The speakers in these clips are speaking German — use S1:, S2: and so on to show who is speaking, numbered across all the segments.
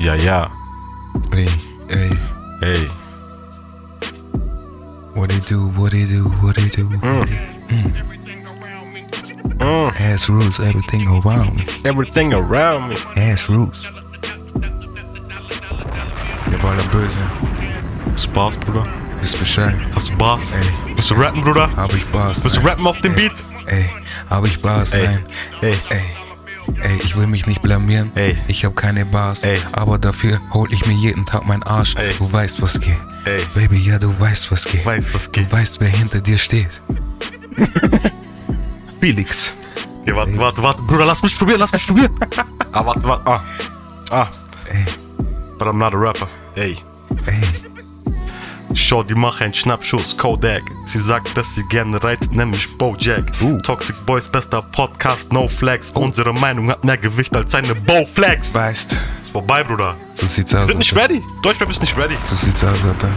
S1: Ja, ja.
S2: Hey, hey,
S1: Hey.
S2: what they do, what they do, what they do.
S1: Mm,
S2: Ass rules everything around me.
S1: everything around me.
S2: Ass rules.
S1: Mm.
S2: Der Ball am Böse.
S1: Hast du Bars, Bruder?
S2: Wisst Bescheid.
S1: Hast du Bars?
S2: Ey.
S1: Bist du rappen, Bruder?
S2: Hab ich Bars.
S1: Bist du
S2: nein.
S1: rappen auf dem Beat?
S2: Ey, hab ich Bars?
S1: Ey.
S2: Nein.
S1: Ey.
S2: Ey. Ey, ich will mich nicht blamieren.
S1: Ey.
S2: Ich hab keine Bars.
S1: Ey.
S2: Aber dafür hol ich mir jeden Tag meinen Arsch.
S1: Ey.
S2: Du weißt, was geht.
S1: Ey.
S2: Baby, ja, du weißt, was geht.
S1: Weiß, was geht.
S2: Du weißt, wer hinter dir steht.
S1: Felix. Ja, warte, warte, warte, Bruder, lass mich probieren, lass mich probieren. ah, warte, warte. Ah. Ah.
S2: Ey.
S1: But I'm not a rapper. Ey.
S2: Ey.
S1: Schau, die macht einen Schnappschuss, Kodak. Sie sagt, dass sie gerne reitet, nenn mich Bojack.
S2: Uh. Oh.
S1: Toxic Boys, bester Podcast, no flex. Unsere Meinung hat mehr Gewicht als eine Bowflex.
S2: Weißt.
S1: Ist vorbei, Bruder.
S2: So sieht's aus.
S1: Sind nicht
S2: Alter.
S1: ready. Deutschrap ist nicht ready.
S2: So sieht's aus, Alter.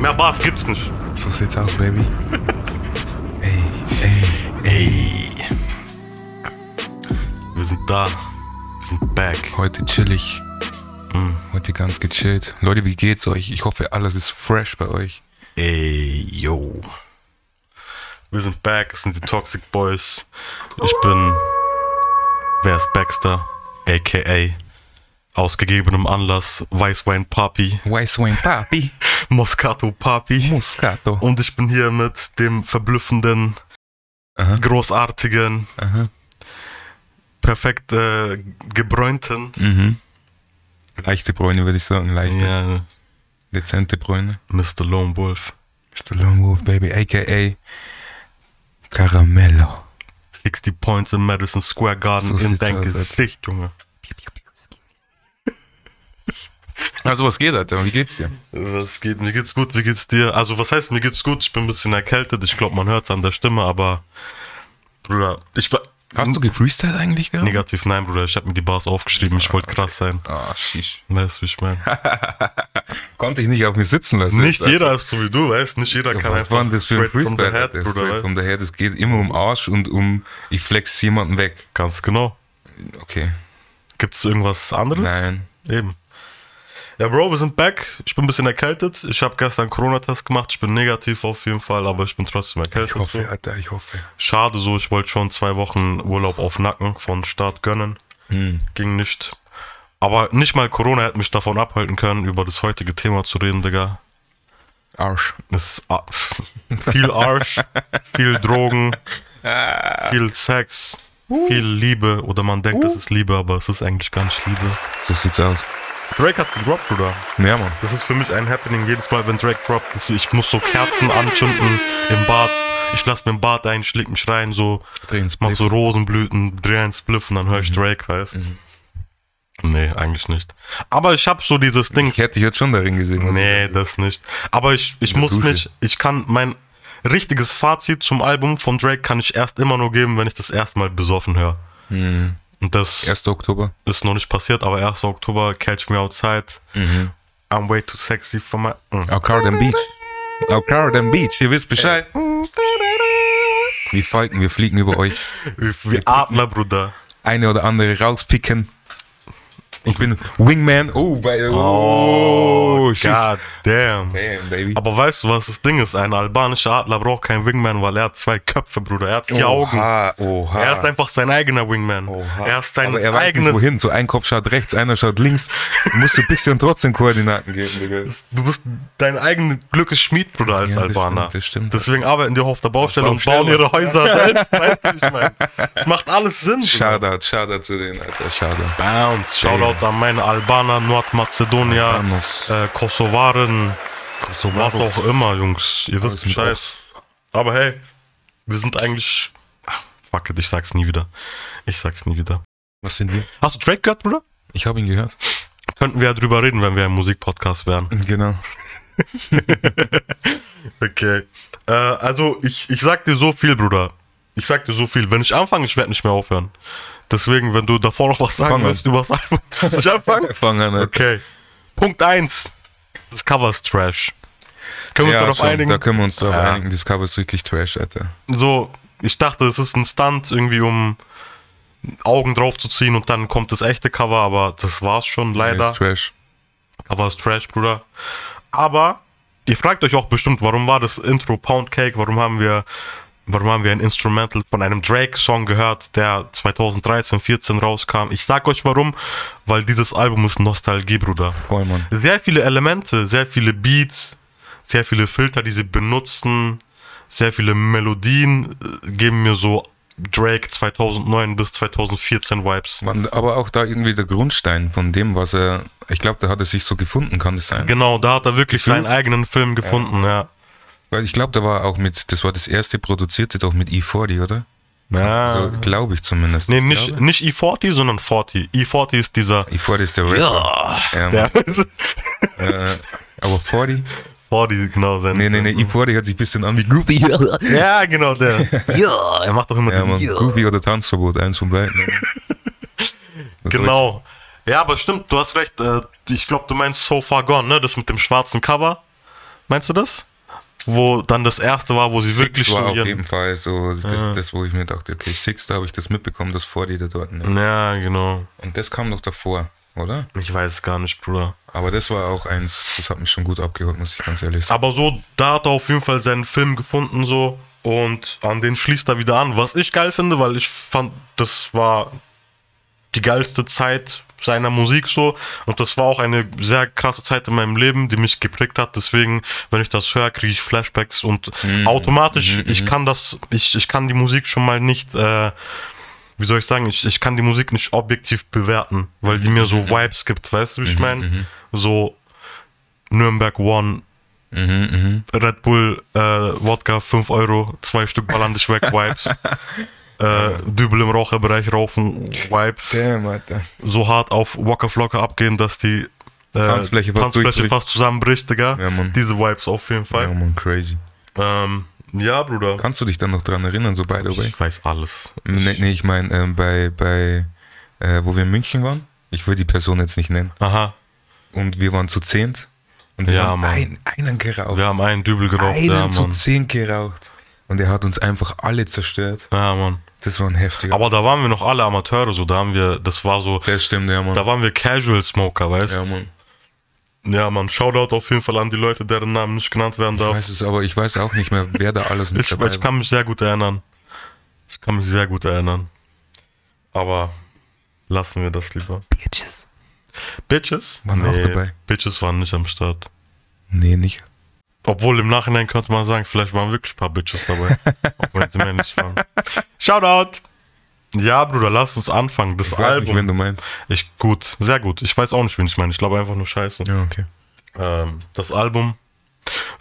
S1: Mehr Bars gibt's nicht.
S2: So sieht's aus, Baby. ey, ey.
S1: Ey. Wir sind da. Wir sind back.
S2: Heute chillig. Mm, Heute ganz gechillt. Leute, wie geht's euch? Ich hoffe, alles ist fresh bei euch.
S1: Ey, yo. Wir sind back, es sind die Toxic Boys. Ich bin. Wer ist Baxter? AKA. Aus gegebenem Anlass Weißwein Papi,
S2: Weiss Wayne Papi.
S1: Moscato Papi.
S2: Moscato.
S1: Und ich bin hier mit dem verblüffenden,
S2: Aha.
S1: großartigen,
S2: Aha.
S1: perfekt äh, gebräunten.
S2: Mhm. Leichte Bräune, würde ich sagen. Leichte,
S1: Ja,
S2: dezente Bräune.
S1: Mr. Lone Wolf.
S2: Stallone Wolf, Baby, a.k.a. Caramello.
S1: 60 Points in Madison Square Garden
S2: So
S1: in
S2: sieht's
S1: dein
S2: aus, Alter.
S1: Gesicht, Junge.
S2: Also, was geht, Alter? Wie geht's dir?
S1: Was geht? Mir geht's gut, wie geht's dir? Also, was heißt, mir geht's gut? Ich bin ein bisschen erkältet. Ich glaube, man hört's an der Stimme, aber. Bruder, ich war.
S2: Hast du gefreestylt eigentlich gehabt?
S1: Negativ, nein, Bruder. Ich habe mir die Bars aufgeschrieben. Ich wollte krass sein.
S2: Ah, schieß.
S1: Weißt du, wie ich
S2: Also
S1: meine?
S2: Konnte ich nicht auf mir sitzen lassen.
S1: Nicht
S2: Alter.
S1: jeder ist so wie du, weißt Nicht jeder kann
S2: Was
S1: einfach.
S2: war denn das für ein
S1: straight from the
S2: Freestyle?
S1: head,
S2: Alter?
S1: Bruder,
S2: Straight
S1: weißt?
S2: from the head. Es geht immer um Arsch und um ich flex jemanden weg.
S1: Ganz genau.
S2: Okay.
S1: Gibt's irgendwas anderes?
S2: Nein.
S1: Eben. Ja, Bro, wir sind back. Ich bin ein bisschen erkältet. Ich habe gestern Corona-Test gemacht. Ich bin negativ auf jeden Fall, aber ich bin trotzdem erkältet.
S2: Ich
S1: so.
S2: hoffe, Alter, ich hoffe.
S1: Schade so, ich wollte schon zwei Wochen Urlaub auf Nacken von Start gönnen.
S2: Hm.
S1: Ging nicht. Aber nicht mal Corona hätte mich davon abhalten können, über das heutige Thema zu reden, Digga.
S2: Arsch.
S1: Es ist a- viel Arsch, viel Drogen, viel Sex,
S2: Uh.
S1: viel Liebe. Oder man denkt, es ist Liebe, aber es ist eigentlich gar nicht Liebe.
S2: So sieht's aus.
S1: Drake hat gedroppt, Bruder.
S2: Ja, Mann.
S1: Das ist für mich ein Happening jedes Mal, wenn Drake droppt. Das- Ich muss so Kerzen anzünden im Bad. Ich lasse mir im Bad ein, schläg mich rein, so.
S2: Dreh ins
S1: Mach so Rosenblüten, dreh einen Spliff und dann höre ich Drake, weißt Nee, eigentlich nicht. Aber ich habe so dieses Ding.
S2: Ich hätte dich jetzt schon darin gesehen. was
S1: Nee, das nicht. Aber ich, ich muss
S2: Dusche.
S1: mich, ich kann mein richtiges Fazit zum Album von Drake kann ich erst immer nur geben, wenn ich das erste Mal besoffen höre. Und das
S2: ich- 1. Oktober.
S1: ist noch nicht passiert, aber 1. Oktober, Catch Me Outside. I'm way too sexy for my. Mm.
S2: Auf Carden Beach. Auf Carden Beach. Ihr wisst Bescheid. Wir falken, wir fliegen über euch.
S1: Wie, wie Adler, Bruder.
S2: Eine oder andere rauspicken. Ich bin Wingman. Oh, bei, oh, shit.
S1: God damn.
S2: Damn, baby.
S1: Aber weißt du, was das Ding ist? Ein albanischer Adler braucht keinen Wingman, weil er hat zwei Köpfe, Bruder. Er hat vier Augen.
S2: Oha, oha.
S1: Er ist einfach sein eigener Wingman.
S2: Oha.
S1: Er ist sein
S2: Aber er weiß nicht
S1: eigenes.
S2: wohin. So ein Kopf schaut rechts, einer schaut links. Du musst ein bisschen trotzdem Koordinaten geben, Digga.
S1: Du bist dein eigenes Glückes Schmied, Bruder, als
S2: Ja, das
S1: Albaner.
S2: stimmt, das stimmt.
S1: Deswegen arbeiten die auch auf der Baustelle,
S2: Auf Baustelle.
S1: und bauen ihre Häuser selbst. Weißt du, wie ich meine? Das macht alles Sinn.
S2: Shoutout, Shoutout zu denen, Alter. Shoutout.
S1: Bounce. Shoutout an meine Albaner, Nordmazedonier,
S2: Banos.
S1: äh, Kosovaren, was auch immer, Jungs. Ihr wisst Bescheid. Aber hey, wir sind eigentlich. Ach, Fuck it, ich sag's nie wieder. Ich sag's nie wieder.
S2: Was sind wir?
S1: Hast du Drake gehört, Bruder?
S2: Ich habe ihn gehört.
S1: Könnten wir ja drüber reden, wenn wir ein Musikpodcast wären.
S2: Genau.
S1: Okay. Äh, also, ich, ich sag dir so viel, Bruder. Ich sag dir so viel. Wenn ich anfange, ich werde nicht mehr aufhören. Deswegen, wenn du davor noch was
S2: Fang
S1: sagen
S2: an.
S1: willst über das Album, kannst du nicht anfangen.
S2: Fang an, Alter.
S1: Okay. Punkt 1. Das Cover ist Trash. Können wir
S2: Ja,
S1: uns darauf
S2: schon, da
S1: einigen?
S2: können wir uns darauf
S1: Ja.
S2: einigen. Das Cover ist wirklich Trash, Alter.
S1: so, ich dachte, es ist ein Stunt, irgendwie um Augen drauf zu ziehen und dann kommt das echte Cover, aber das war's schon
S2: Echt
S1: leider.
S2: Trash.
S1: Cover ist Trash, Bruder. Aber ihr fragt euch auch bestimmt, warum war das Intro Pound Cake? Warum haben wir, warum haben wir ein Instrumental von einem Drake-Song gehört, der 2013, 14 rauskam? Ich sag euch warum, weil dieses Album ist Nostalgie, Bruder.
S2: Voll, Mann.
S1: Sehr viele Elemente, sehr viele Beats, sehr viele Filter, die sie benutzen, sehr viele Melodien äh, geben mir so Drake 2009 bis 2014 Vibes.
S2: Mann, aber auch da irgendwie der Grundstein von dem, was er. Ich glaube, da hat er sich so gefunden, kann das sein?
S1: Genau, da hat er wirklich seinen eigenen Film gefunden, ja.
S2: Weil ich glaube, da war auch mit. Das war das erste produzierte doch mit E40, oder?
S1: Ja.
S2: Also, glaube ich zumindest.
S1: Ah. Nee,
S2: Ich
S1: nicht,
S2: glaube,
S1: nicht E40, sondern 40. E40 ist dieser.
S2: E40 ist der Rapper. Ja.
S1: Der,
S2: Äh, aber 40?
S1: 40, genau. Sein.
S2: Nee, nee, nee, E40 hört sich ein bisschen an wie Goopy. Ja,
S1: Ja, genau, der. ja, er macht doch immer
S2: Mann,
S1: diesen. Ja.
S2: Goopy oder Tanzverbot, eins von beiden. Das
S1: Genau. Ja, aber stimmt, du hast recht. äh, Ich glaube, du meinst So Far Gone, ne? Das mit dem schwarzen Cover. Meinst du das? Wo dann das erste war, wo sie wirklich
S2: Six war
S1: so
S2: auf
S1: ihren. Ah.
S2: jeden Fall so das, das, wo ich mir dachte, okay, Six, da habe ich das mitbekommen, das vor dir da dort. Ne?
S1: Ja, genau.
S2: Und das kam doch davor, oder?
S1: Ich weiß es gar nicht, Bruder.
S2: Aber das war auch eins, das hat mich schon gut abgeholt, muss ich ganz ehrlich sagen.
S1: Aber so, da hat er auf jeden Fall seinen Film gefunden, so. Und an den schließt er wieder an. Was ich geil finde, weil ich fand, das war die geilste Zeit seiner Musik so. Und das war auch eine sehr krasse Zeit in meinem Leben, die mich geprägt hat. Deswegen, wenn ich das höre, kriege ich Flashbacks und automatisch, ich kann das, ich, ich kann die Musik schon mal nicht, äh, wie soll ich sagen, ich, ich kann die Musik nicht objektiv bewerten, weil die mir so Vibes gibt, weißt du, wie ich meine? So Nürnberg One,
S2: Mhm,
S1: Red Bull, äh, Wodka, 5 Euro, zwei Stück ballern dich weg, Vibes. äh, Dübel im Raucherbereich raufen, Vibes.
S2: Damn, Alter.
S1: So hart auf Waka Flocka abgehen, dass die äh,
S2: Tanzfläche fast
S1: Tanzfläche
S2: durchbricht.
S1: fast zusammenbricht, Digga.
S2: Ja, Mann.
S1: Diese Vibes auf jeden
S2: Ja,
S1: Fall.
S2: Mann, crazy.
S1: Ja, ähm, ja Bruder.
S2: Kannst du dich dann noch dran erinnern, so by the way?
S1: Ich weiß alles.
S2: Nee, nee ich meine, ähm, bei, bei äh, wo wir in München waren, ich will die Person jetzt nicht nennen,
S1: Aha,
S2: und wir waren zu zehnt und wir
S1: Ja,
S2: haben
S1: Mann.
S2: ein, einen geraucht.
S1: wir haben einen Dübel geraucht,
S2: einen
S1: ja,
S2: zu
S1: Mann.
S2: zehn geraucht. Und er hat uns einfach alle zerstört.
S1: Ja, Mann.
S2: Das war ein heftiger.
S1: Aber da waren wir noch alle Amateure, so da haben wir, das war so,
S2: das stimmt, ja, Mann.
S1: da waren wir Casual Smoker, weißt
S2: ja,
S1: du?
S2: Mann.
S1: Ja, Mann. Shoutout auf jeden Fall an die Leute, deren Namen nicht genannt werden
S2: Ich
S1: darf.
S2: weiß es, aber ich weiß auch nicht mehr, wer da alles mit
S1: Ich,
S2: dabei
S1: ich kann mich sehr gut erinnern. Ich kann mich sehr gut erinnern. Aber lassen wir das lieber.
S2: Bitches.
S1: Bitches?
S2: Waren auch dabei.
S1: Bitches waren nicht am Start.
S2: Nee, nicht.
S1: Obwohl im Nachhinein könnte man sagen, vielleicht waren wirklich ein paar Bitches dabei. auch wenn sie männlich waren. Shoutout! Ja, Bruder, lass uns anfangen. Das
S2: Ich weiß nicht,
S1: Album.
S2: wen du meinst.
S1: ich, gut, sehr gut. Ich weiß auch nicht, wen ich meine. Ich glaube einfach nur Scheiße.
S2: Ja, okay.
S1: Ähm, das Album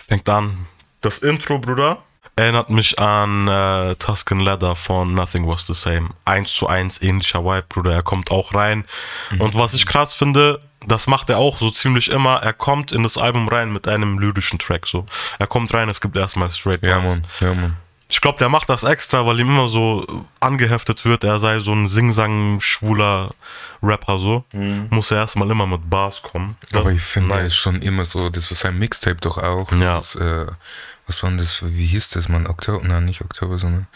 S1: fängt an. Das Intro, Bruder, erinnert mich an äh, Tuscan Leather von Nothing Was the Same. Eins zu eins ähnlicher Vibe, Bruder. Er kommt auch rein.
S2: Mhm.
S1: Und was ich krass finde, das macht er auch so ziemlich immer. Er kommt in das Album rein mit einem lyrischen Track. So, er kommt rein. Es gibt erstmal Straight
S2: Ja,
S1: Bars.
S2: Mann. Ja, Mann.
S1: Ich glaube, der macht das extra, weil ihm immer so angeheftet wird, er sei so ein Singsang-schwuler Rapper. So muss er erstmal immer mit Bars kommen. Das
S2: Mhm. aber ich finde,
S1: nice.
S2: er ist schon immer so, das war sein Mixtape doch auch.
S1: Ja.
S2: Das, äh, was war denn das, wie hieß das, Mann? Oktober, nein, nicht Oktober, sondern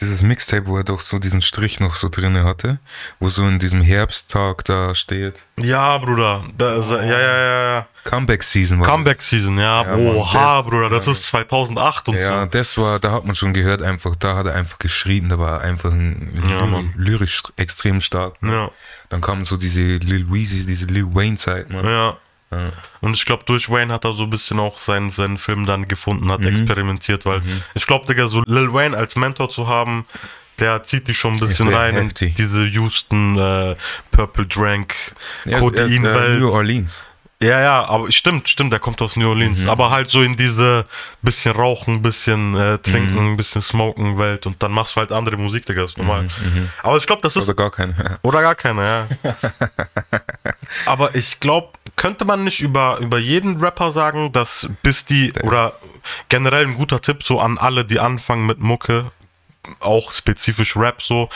S2: dieses Mixtape, wo er doch so diesen Strich noch so drinne hatte, wo so in diesem Herbsttag da steht.
S1: Ja, Bruder. Da ist, ja, ja, ja, ja.
S2: Comeback Season war
S1: Comeback-Season, ja.
S2: Ja, Mann,
S1: Oha,
S2: das-
S1: Bruder, das ist 2008 und
S2: das. Ja,
S1: so.
S2: das war, da hat man schon gehört, einfach, da hat er einfach geschrieben, da war er einfach ein
S1: Ja,
S2: lyri-
S1: Mann.
S2: lyrisch extrem stark. ne?
S1: Ja,
S2: Dann kamen so diese Lil Weezy, diese Lil Wayne-Zeit, ne? man.
S1: ja.
S2: Ja.
S1: Und ich glaube, durch Wayne hat er so ein bisschen auch seinen, seinen Film dann gefunden,
S2: Mhm.
S1: hat experimentiert, weil ich glaube, Digga, so Lil Wayne als Mentor zu haben, der zieht dich schon ein bisschen
S2: wär
S1: rein in
S2: heftig.
S1: diese Houston äh, Purple Drank,
S2: Er- er- äh, New
S1: Codeinwelt.
S2: Orleans.
S1: Ja, ja, aber stimmt, stimmt, der kommt aus New Orleans. Aber halt so in diese bisschen rauchen, bisschen äh, trinken, bisschen smoken Welt und dann machst du halt andere Musik, Digga, ist normal. Aber ich glaube, das ist
S2: Oder Also gar keine.
S1: Oder gar keine, ja. Aber ich glaube, könnte man nicht über, über jeden Rapper sagen, dass bis die, oder generell ein guter Tipp so an alle, die anfangen mit Mucke, auch spezifisch Rap so,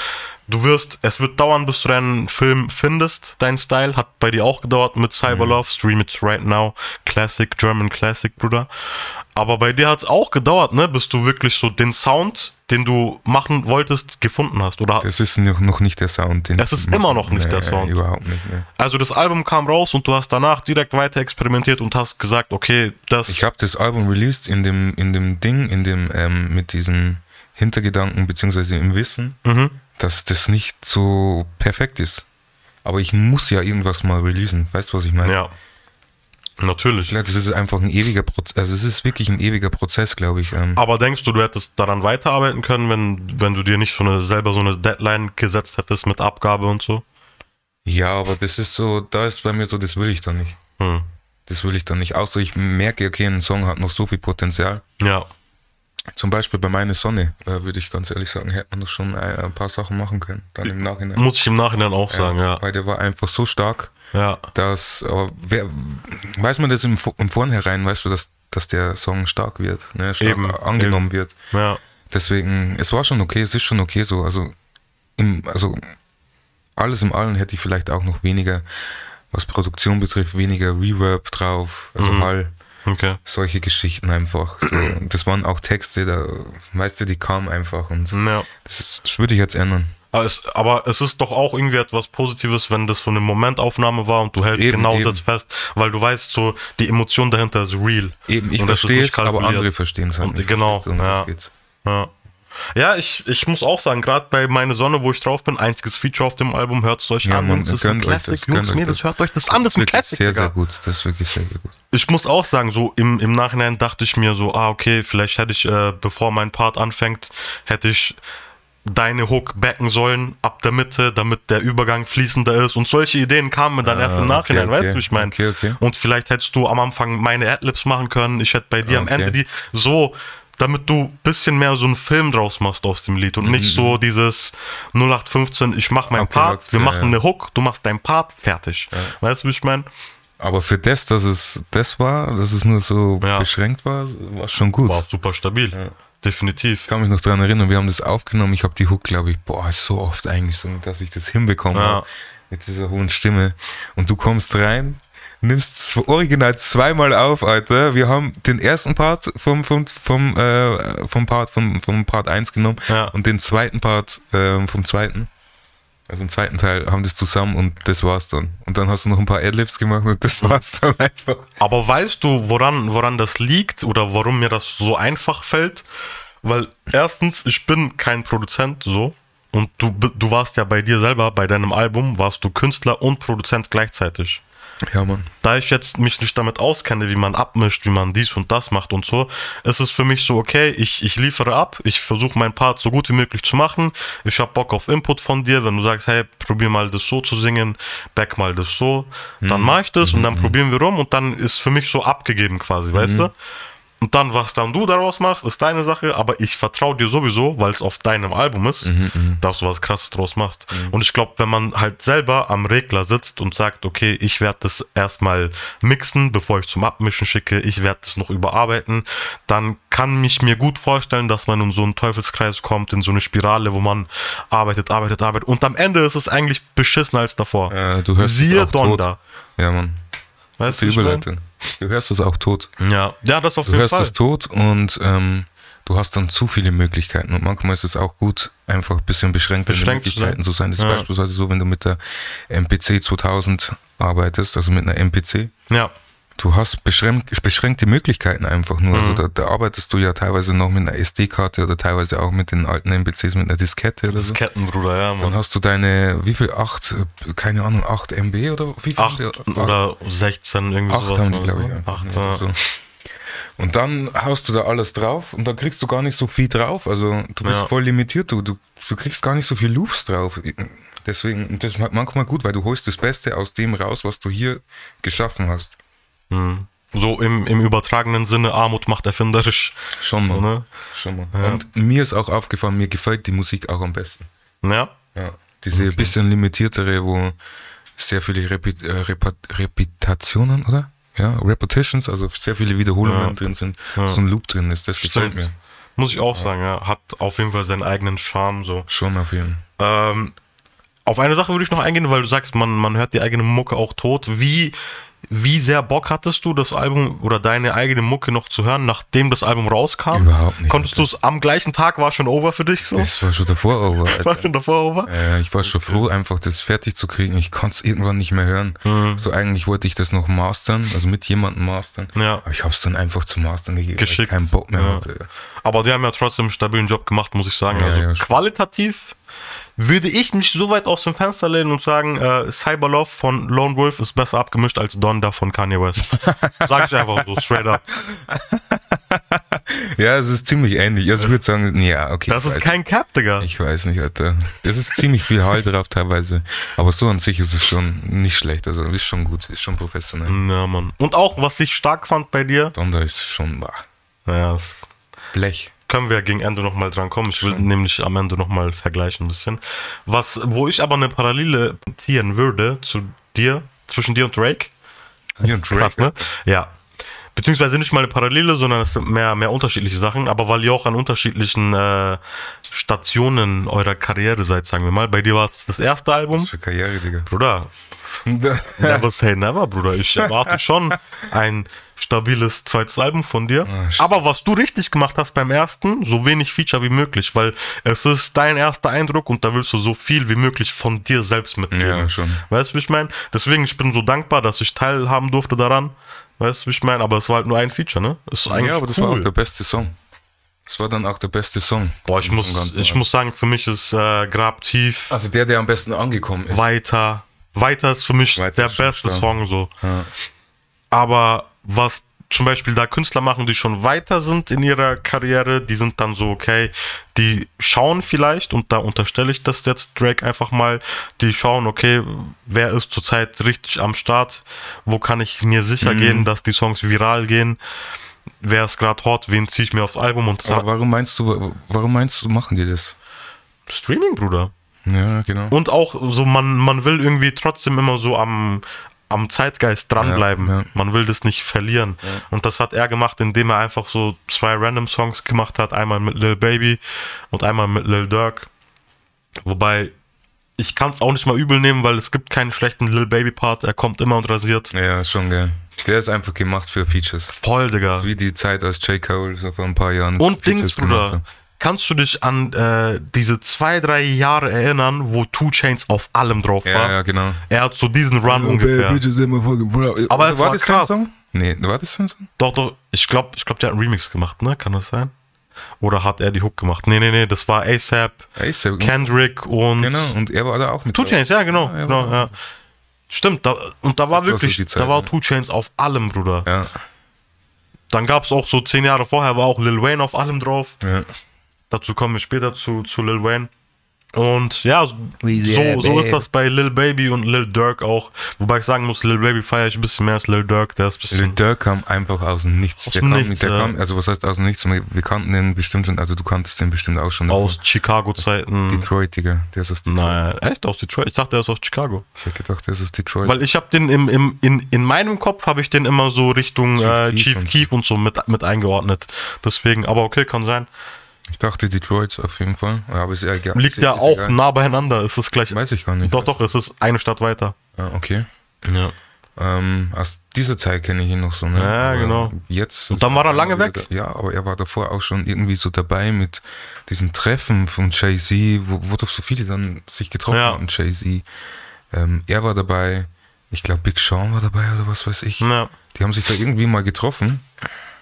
S1: du wirst, es wird dauern, bis du deinen Film findest, deinen Style. Hat bei dir auch gedauert mit Cyberlove, Stream It Right Now, Classic, German Classic, Bruder. Aber bei dir hat es auch gedauert, ne, bis du wirklich so den Sound, den du machen wolltest, gefunden hast. Oder
S2: Das ist noch, noch nicht der Sound. Den
S1: Das
S2: ich
S1: ist
S2: mache.
S1: immer noch nicht der Sound.
S2: Überhaupt nicht. Nee.
S1: also das Album kam raus und du hast danach direkt weiter experimentiert und hast gesagt, okay, das
S2: Ich habe das Album released in dem, in dem Ding, in dem, ähm, mit diesem Hintergedanken, beziehungsweise im Wissen,
S1: Mhm.
S2: dass das nicht so perfekt ist. Aber ich muss ja irgendwas mal releasen. Weißt du, was ich meine?
S1: ja. Natürlich.
S2: Klar, das ist einfach ein ewiger Prozess. Also, es ist wirklich ein ewiger Prozess, glaube ich. Ähm,
S1: Aber denkst du, du hättest daran weiterarbeiten können, wenn, wenn du dir nicht so eine, selber so eine Deadline gesetzt hättest mit Abgabe und so?
S2: Ja, aber das ist so, da ist bei mir so, das will ich dann nicht.
S1: Hm.
S2: Das will ich dann nicht. Außer ich merke, okay, ein Song hat noch so viel Potenzial.
S1: Ja.
S2: Zum Beispiel bei Meine Sonne, äh, würde ich ganz ehrlich sagen, hätte man doch schon äh, ein, ein paar Sachen machen können. Dann im Nachhinein.
S1: Muss ich im Nachhinein auch sagen, ja.
S2: Weil der war einfach so stark,
S1: Ja.
S2: dass, aber wer, weiß man das im, Vo- im Vornherein, weißt du, dass, dass der Song stark wird, ne? stark
S1: Eben,
S2: angenommen wird.
S1: Ja.
S2: Deswegen, es war schon okay, es ist schon okay so. Also, im, also alles im Allen hätte ich vielleicht auch noch weniger, was Produktion betrifft, weniger Reverb drauf, also
S1: Mhm.
S2: Hall,
S1: Okay.
S2: solche Geschichten einfach. So. Und Das waren auch Texte, da, weißt du, die kamen einfach und
S1: Ja.
S2: das, ist, das würde ich jetzt ändern.
S1: Aber es, aber es ist doch auch irgendwie etwas Positives, wenn das so eine Momentaufnahme war und du hältst
S2: Eben,
S1: genau
S2: eben.
S1: das fest, weil du weißt, so die Emotion dahinter ist real.
S2: Eben, ich
S1: Und das ist
S2: verstehe
S1: nicht
S2: es, aber
S1: kalkuliert.
S2: andere verstehen es halt
S1: Und-
S2: nicht.
S1: Genau.
S2: verstehst du? Um
S1: ja.
S2: das geht's.
S1: Ja. Ja, ich, ich muss auch sagen, gerade bei Meine Sonne, wo ich drauf bin, einziges Feature auf dem Album, hört es euch
S2: Ja,
S1: an.
S2: Mann,
S1: Jungs, das ist ein
S2: gönnt euch das,
S1: Classic.
S2: gönnt
S1: Jungs,
S2: euch
S1: Mädels,
S2: das.
S1: hört euch das an, das ist ein
S2: Wirklich
S1: Classic.
S2: Sehr, sehr
S1: Digga.
S2: gut. Das ist wirklich sehr, sehr gut.
S1: Ich muss auch sagen, so im, im Nachhinein dachte ich mir so, ah, okay, vielleicht hätte ich, äh, bevor mein Part anfängt, hätte ich deine Hook backen sollen, ab der Mitte, damit der Übergang fließender ist. Und solche Ideen kamen mir dann erst im
S2: Ah, okay,
S1: Nachhinein,
S2: okay.
S1: weißt du, wie ich meine?
S2: Okay, okay.
S1: Und vielleicht hättest du am Anfang meine Adlibs machen können, ich hätte bei dir am
S2: Okay.
S1: Ende die so, damit du ein bisschen mehr so einen Film draus machst aus dem Lied und nicht so dieses 0815, ich mach meinen
S2: Mhm, Okay,
S1: Part,
S2: okay,
S1: wir
S2: ja,
S1: machen
S2: ja.
S1: eine Hook, du machst deinen Part, fertig. Weißt du, wie ich meine?
S2: Aber für das, dass es das war, dass es nur so
S1: Ja.
S2: beschränkt war, war schon gut.
S1: War super stabil. Definitiv.
S2: Ich kann mich noch dran erinnern, wir haben das aufgenommen. Ich habe die Hook, glaube ich, boah, so oft eingesungen, dass ich das hinbekomme
S1: Ja.
S2: habe mit dieser hohen Stimme. Und du kommst rein, nimmst z- original zweimal auf, Alter. Wir haben den ersten Part vom, vom, vom, äh, vom Part vom, vom Part 1 genommen
S1: Ja.
S2: und den zweiten Part ähm, vom zweiten. Also im zweiten Teil haben das zusammen und das war's dann. Und dann hast du noch ein paar Adlibs gemacht und das
S1: Mhm.
S2: war's dann einfach.
S1: Aber weißt du, woran, woran das liegt oder warum mir das so einfach fällt? Weil erstens, ich bin kein Produzent so. Und du, bi- du warst ja bei dir selber, bei deinem Album, warst du Künstler und Produzent gleichzeitig.
S2: Ja, Mann.
S1: Da ich jetzt mich nicht damit auskenne, wie man abmischt, wie man dies und das macht und so, ist es für mich so, okay, ich, ich liefere ab, ich versuche meinen Part so gut wie möglich zu machen, ich habe Bock auf Input von dir, wenn du sagst, hey, probier mal das so zu singen, back mal das so, dann mache ich das und dann probieren wir rum und dann ist für mich so abgegeben quasi, weißt du? Und dann, was dann du daraus machst, ist deine Sache, aber ich vertraue dir sowieso, weil es auf deinem Album ist,
S2: Mhm,
S1: dass du was Krasses draus machst. Und ich glaube, wenn man halt selber am Regler sitzt und sagt, okay, ich werde das erstmal mixen, bevor ich zum Abmischen schicke, ich werde das noch überarbeiten, dann kann ich mir gut vorstellen, dass man in so einen Teufelskreis kommt, in so eine Spirale, wo man arbeitet, arbeitet, arbeitet. Und am Ende ist es eigentlich beschissener als davor.
S2: Äh, du hörst es
S1: Siehe
S2: auch tot.
S1: Donda.
S2: Ja, Mann.
S1: Weißt
S2: Die
S1: du, wie ich mein?
S2: Überleitung. Du hörst es auch tot.
S1: Ja. ja, das auf
S2: Du
S1: jeden
S2: hörst
S1: Fall.
S2: es tot und ähm, du hast dann zu viele Möglichkeiten. Und manchmal ist es auch gut, einfach ein bisschen beschränkt in den
S1: Beschränkt zu sein.
S2: Möglichkeiten zu sein. Das ist
S1: Ja.
S2: beispielsweise so, wenn du mit der MPC 2000 arbeitest, also mit einer MPC.
S1: Ja,
S2: Du hast beschränk beschränkte Möglichkeiten einfach nur.
S1: Mhm.
S2: Also da, da arbeitest du ja teilweise noch mit einer SD-Karte oder teilweise auch mit den alten MPCs mit einer Diskette oder so.
S1: das Kettenbruder, ja, Mann.
S2: Dann hast du deine, wie viel? 8, keine Ahnung, 8 MB oder wie viel?
S1: 8
S2: Acht-
S1: oder 16, irgendwie
S2: Acht
S1: sowas.
S2: haben die,
S1: ne?
S2: glaube ich. ja.
S1: Acht,
S2: Ja,
S1: ja.
S2: so. Und dann haust du da alles drauf und dann kriegst du gar nicht so viel drauf. Also du bist
S1: Ja.
S2: voll limitiert, du, du, du kriegst gar nicht so viel Loops drauf. Deswegen, und das ist manchmal gut, weil du holst das Beste aus dem raus, was du hier geschaffen hast.
S1: Mhm. So im, im übertragenen Sinne, Armut macht erfinderisch.
S2: Schon mal.
S1: So, ne?
S2: Schon mal. Und mir ist auch aufgefallen, mir gefällt die Musik auch am besten.
S1: Ja,
S2: Ja. Diese bisschen limitiertere, wo sehr viele Repi- äh, Repa- Repetitionen, oder? Ja, Repetitions, also sehr viele Wiederholungen
S1: Ja.
S2: drin sind, so ein Loop drin ist, das gefällt
S1: stimmt.
S2: mir.
S1: Muss ich auch sagen, ja. Hat auf jeden Fall seinen eigenen Charme so.
S2: Schon auf jeden Fall.
S1: Ähm, auf eine Sache würde ich noch eingehen, weil du sagst, man, man hört die eigene Mucke auch tot. Wie, wie sehr Bock hattest du, das Album oder deine eigene Mucke noch zu hören, nachdem das Album rauskam?
S2: Überhaupt nicht,
S1: Konntest du es am gleichen Tag, war schon over für dich so?
S2: Das war schon davor, aber.
S1: War schon davor over?
S2: Äh, ich war schon froh, einfach das fertig zu kriegen. Ich konnte es irgendwann nicht mehr hören. So eigentlich wollte ich das noch mastern, also mit jemandem mastern.
S1: Ja.
S2: Aber ich habe es dann einfach zum Mastern gegeben. weil Ich
S1: Geschickt.
S2: keinen Bock mehr.
S1: Ja.
S2: Hab.
S1: Aber die haben ja trotzdem einen stabilen Job gemacht, muss ich sagen.
S2: Ja,
S1: also
S2: ja, schon.
S1: qualitativ würde ich mich so weit aus dem Fenster lehnen und sagen, äh, Cyberlove von Lone Wolf ist besser abgemischt als Donda von Kanye West. Sag ich einfach so, straight up.
S2: Ja, es ist ziemlich ähnlich. Also ich würde sagen, nee, ja, okay.
S1: Das
S2: ich
S1: ist
S2: weiß-
S1: kein Cap, Digga.
S2: ich weiß nicht, Alter. Das ist ziemlich viel Hall drauf teilweise. Aber so an sich ist es schon nicht schlecht. Also ist schon gut, ist schon professionell.
S1: Ja, Mann. Und auch, was ich stark fand bei dir,
S2: Donda ist schon bah,
S1: naja, das
S2: Blech.
S1: können wir gegen Ende nochmal dran kommen. Ich will nämlich am Ende nochmal vergleichen ein bisschen. Was, wo ich aber eine Parallele ziehen würde zu dir, zwischen dir und Drake,
S2: Mir und Drake.
S1: Krass, ne? Ja. Beziehungsweise nicht mal eine Parallele, sondern es sind mehr, mehr unterschiedliche Sachen, aber weil ihr auch an unterschiedlichen äh, Stationen eurer Karriere seid, sagen wir mal. Bei dir war es das erste Album.
S2: Für Karriere,
S1: Bruder,
S2: Digga.
S1: never say never, Bruder. Ich erwarte schon ein stabiles zweites Album von dir.
S2: Ah,
S1: aber was du richtig gemacht hast beim ersten, so wenig Feature wie möglich, weil es ist dein erster Eindruck und da willst du so viel wie möglich von dir selbst mitnehmen.
S2: Ja, schon.
S1: Weißt du, wie ich meine? Deswegen, ich bin so dankbar, dass ich teilhaben durfte daran. Weißt du, wie ich meine? Aber es war halt nur ein Feature, ne? Ist eigentlich
S2: Ja, aber das
S1: cool.
S2: war auch der beste Song. Das war dann auch der beste Song.
S1: Boah, ich
S2: vom-
S1: muss,
S2: vom ganzen
S1: ich
S2: Album.
S1: muss sagen, für mich ist äh, Grab tief,
S2: Also der, der am besten angekommen ist.
S1: weiter. Weiter ist für mich
S2: Weiter
S1: der
S2: ist schon
S1: beste
S2: stark.
S1: Song so.
S2: Ja.
S1: Aber was zum Beispiel da Künstler machen, die schon weiter sind in ihrer Karriere, die sind dann so, okay, die schauen vielleicht, und da unterstelle ich das jetzt Drake einfach mal, die schauen, okay, wer ist zurzeit richtig am Start, wo kann ich mir sicher
S2: Mhm.
S1: gehen, dass die Songs viral gehen, wer ist gerade hot, wen ziehe ich mir aufs Album und
S2: Aber
S1: sag,
S2: warum meinst du, warum meinst du, machen die das?
S1: Streaming, Bruder.
S2: Ja, genau.
S1: Und auch so, man, man will irgendwie trotzdem immer so am, am Zeitgeist dranbleiben.
S2: Ja, ja.
S1: Man will das nicht verlieren. Und das hat er gemacht, indem er einfach so zwei random Songs gemacht hat. Einmal mit Lil Baby und einmal mit Lil Durk. Wobei, ich kann es auch nicht mal übel nehmen, weil es gibt keinen schlechten Lil Baby Part. Er kommt immer und rasiert.
S2: Ja, schon geil. Der ist einfach gemacht für Features.
S1: Voll, Digga.
S2: Wie die Zeit, als J. Cole so vor ein paar Jahren
S1: Und
S2: Features
S1: Dings,
S2: gemacht
S1: Bruder. Kannst du dich an äh, diese zwei, drei Jahre erinnern, wo Two Chains auf allem drauf
S2: hat.
S1: war?
S2: Ja, ja, genau.
S1: Er hat so diesen Run ungefähr. Aber es war
S2: sein
S1: krass.
S2: Song? Nee, war das sein Song?
S1: Doch, doch, ich glaube, ich glaub, der hat einen Remix gemacht, ne? Kann das sein? Oder hat er die Hook gemacht? Nee, nee, nee, das war ASAP,
S2: ASAP.
S1: Kendrick und.
S2: Genau, und er war da auch mit.
S1: Two Chains, ja, genau.
S2: Ja, ja,
S1: genau
S2: war-
S1: ja. Stimmt, da, und da war
S2: Das war so
S1: wirklich,
S2: die Zeit,
S1: da war
S2: ne?
S1: Two Chains auf allem, Bruder.
S2: Ja,
S1: Dann gab es auch so zehn Jahre vorher, war auch Lil Wayne auf allem drauf.
S2: ja.
S1: Dazu kommen wir später zu, zu Lil Wayne. Und ja, so,
S2: Yeah,
S1: so
S2: babe.
S1: ist das bei Lil Baby und Lil Durk auch. Wobei ich sagen muss, Lil Baby feiere ich ein bisschen mehr als Lil Durk. Der ist ein bisschen.
S2: Lil Durk kam einfach aus dem Nichts.
S1: Aus
S2: der
S1: dem
S2: kam,
S1: Nichts,
S2: der
S1: ja.
S2: kam, also was heißt aus dem Nichts? Wir wir kannten den bestimmt schon, also du kanntest den bestimmt auch schon.
S1: aus Chicago-Zeiten.
S2: Detroit, Digga. Der ist aus Detroit.
S1: Nein, echt aus Detroit? Ich dachte, er ist aus Chicago.
S2: Ich hätte gedacht, der ist aus Detroit.
S1: Weil ich habe den im, im, in, in meinem Kopf habe ich den immer so Richtung
S2: Chief
S1: äh,
S2: Keef
S1: Chief
S2: und-
S1: Keef und so mit, mit eingeordnet. Deswegen, aber okay, kann sein.
S2: ich dachte Detroit auf jeden Fall. Aber ist egal.
S1: Liegt
S2: ist,
S1: ja
S2: ist
S1: auch
S2: egal.
S1: nah beieinander. Ist es gleich.
S2: Weiß ich gar nicht.
S1: Doch, doch, es ist eine Stadt weiter.
S2: Ah, okay.
S1: Ja.
S2: Ähm, aus dieser Zeit kenne ich ihn noch so, ne?
S1: Ja, genau.
S2: Jetzt.
S1: Und dann war er lange
S2: wieder-
S1: weg.
S2: Ja, aber er war davor auch schon irgendwie so dabei mit diesen Treffen von Jay-Z, wo, wo doch so viele dann sich getroffen
S1: Ja.
S2: haben, Jay-Z. Ähm, er war dabei. Ich glaube, Big Sean war dabei oder was weiß ich.
S1: Ja.
S2: Die haben sich da irgendwie mal getroffen.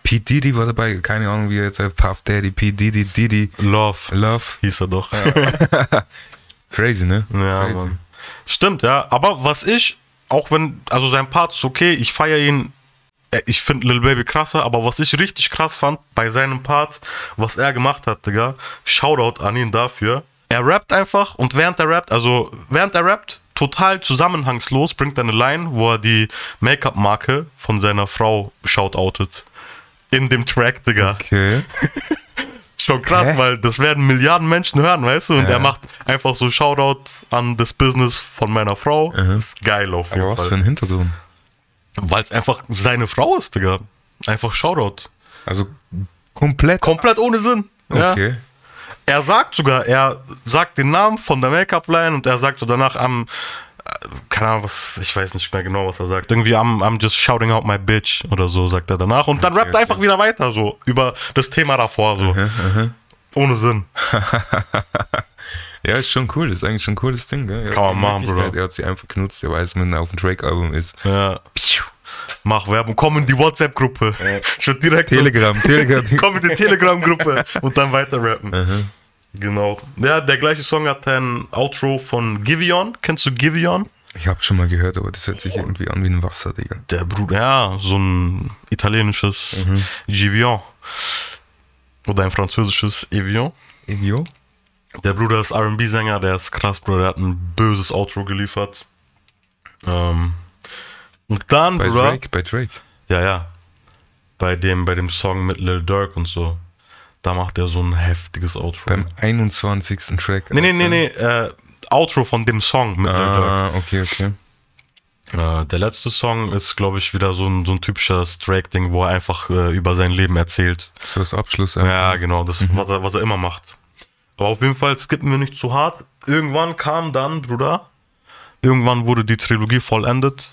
S2: P. Diddy war dabei. Keine Ahnung, wie er jetzt heißt. Puff Daddy, P. Diddy, Diddy,
S1: Love
S2: Love.
S1: hieß er doch.
S2: Crazy, ne?
S1: Ja,
S2: Crazy.
S1: Mann. Stimmt, ja. Aber was ich, auch wenn, also sein Part ist okay, ich feiere ihn. äh, Ich finde Lil Baby krasser, aber was ich richtig krass fand bei seinem Part, was er gemacht hat, Digga, Shoutout an ihn dafür. Er rappt einfach und während er rappt, also während er rappt, total zusammenhangslos, bringt er eine Line, wo er die Make-up-Marke von seiner Frau shoutoutet. In dem Track, Digga
S2: Okay.
S1: schon krass,
S2: Hä?
S1: weil das werden Milliarden Menschen hören, weißt du? Und
S2: Ja.
S1: er macht einfach so Shoutout an das Business von meiner Frau. Ist geil auf jeden
S2: Aber was für
S1: Fall.
S2: ein Hintergrund.
S1: Weil es einfach seine Frau ist, Digga. Einfach Shoutout.
S2: Also komplett
S1: Komplett ohne Sinn. Ja.
S2: Okay.
S1: Er sagt sogar, er sagt den Namen von der Make-up-Line und er sagt so danach am, äh, keine Ahnung, was, ich weiß nicht mehr genau, was er sagt. Irgendwie am, am just shouting out my bitch oder so, sagt er danach. Und dann rappt er
S2: okay.
S1: einfach wieder weiter, so, über das Thema davor, so. Ohne Sinn.
S2: Ja, ist schon cool. Ist eigentlich schon ein cooles Ding. Gell? Er hat
S1: Kann man
S2: die
S1: machen,
S2: Möglichkeit,
S1: Bruder.
S2: Er hat sie einfach genutzt. Er weiß, wenn er auf dem Drake-Album ist.
S1: Ja. Mach Werbung, komm in die WhatsApp-Gruppe. Ich würde direkt so-
S2: Telegram, Telegram.
S1: Komm in die Telegram-Gruppe und dann weiter rappen. Genau. Ja, der gleiche Song hat ein Outro von Givion. Kennst du Givion?
S2: Ich habe schon mal gehört, aber das hört sich irgendwie an wie ein Wasser, Digga.
S1: Der Bruder, ja, so ein italienisches
S2: Mhm.
S1: Givion. Oder ein französisches Evian.
S2: Evio?
S1: Der Bruder ist RB-Sänger, der ist krass, Bruder. Der hat ein böses Outro geliefert. Ähm, und dann,
S2: Bei
S1: Bruder.
S2: Drake, bei Drake.
S1: Ja, ja. Bei dem, bei dem Song mit Lil Durk und so. Da macht er so ein heftiges Outro.
S2: Beim 21. Track.
S1: Nee, nee, nee, nee. Äh, Outro von dem Song mit
S2: Ah, okay, okay.
S1: Lil Durk. Äh, der letzte Song ist, glaube ich, wieder so ein, so ein typisches Drake-Ding, wo er einfach äh, über sein Leben erzählt.
S2: So als Abschluss.
S1: Ja, genau, das, was, er, was er immer macht. Aber auf jeden Fall skippen wir nicht zu hart. Irgendwann kam dann, Bruder, irgendwann wurde die Trilogie vollendet.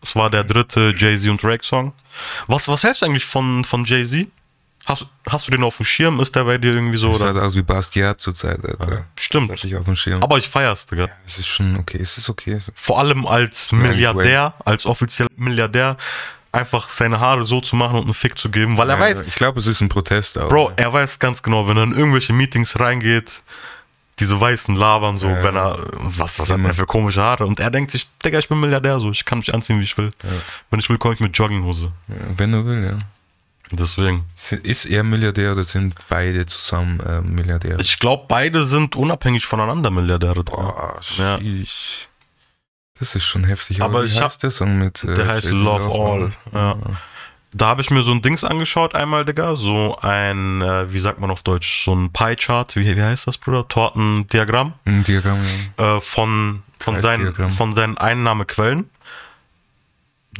S1: Es war der dritte Jay-Z und Drake-Song. Was, was hältst du eigentlich von, von Jay-Z? Hast, hast du den auf dem Schirm? Ist der bei dir irgendwie so?
S2: Ich
S1: Oder?
S2: dachte aus wie Basquiat zurzeit, Alter. Das
S1: Stimmt.
S2: hatte ich auf dem Schirm.
S1: Aber ich feier's, Digga.
S2: Es ist schon okay, es ist okay.
S1: vor allem als Milliardär, als offizieller Milliardär, einfach seine Haare so zu machen und einen Fick zu geben, weil er weiß,
S2: Ich glaube, es ist ein Protest auch.
S1: Bro, er weiß ganz genau, wenn er in irgendwelche Meetings reingeht, diese weißen labern so, wenn er, was, was hat
S2: Immer.
S1: er für komische Haare? Und er denkt sich, Digga, ich bin Milliardär, so, ich kann mich anziehen, wie ich will. Wenn ich will, komme ich mit Jogginghose.
S2: Wenn er will, ja.
S1: Deswegen.
S2: Ist er Milliardär oder sind beide zusammen äh, Milliardäre?
S1: Ich glaube, beide sind unabhängig voneinander Milliardäre.
S2: Boah,
S1: Ja.
S2: sheesh. Das ist schon heftig.
S1: Aber
S2: wie
S1: ich hab-
S2: heißt der Song mit. äh, Ah.
S1: Der heißt
S2: Crazy
S1: Love All. Ja. Da habe ich mir so ein Dings angeschaut einmal, Digga. So ein, äh, wie sagt man auf Deutsch, so ein Pie-Chart, wie, wie heißt das, Bruder? Tortendiagramm
S2: Ein Diagramm, Hm, ja.
S1: äh, von, von, seinen,
S2: Pie-Diagramm.
S1: von seinen Einnahmequellen,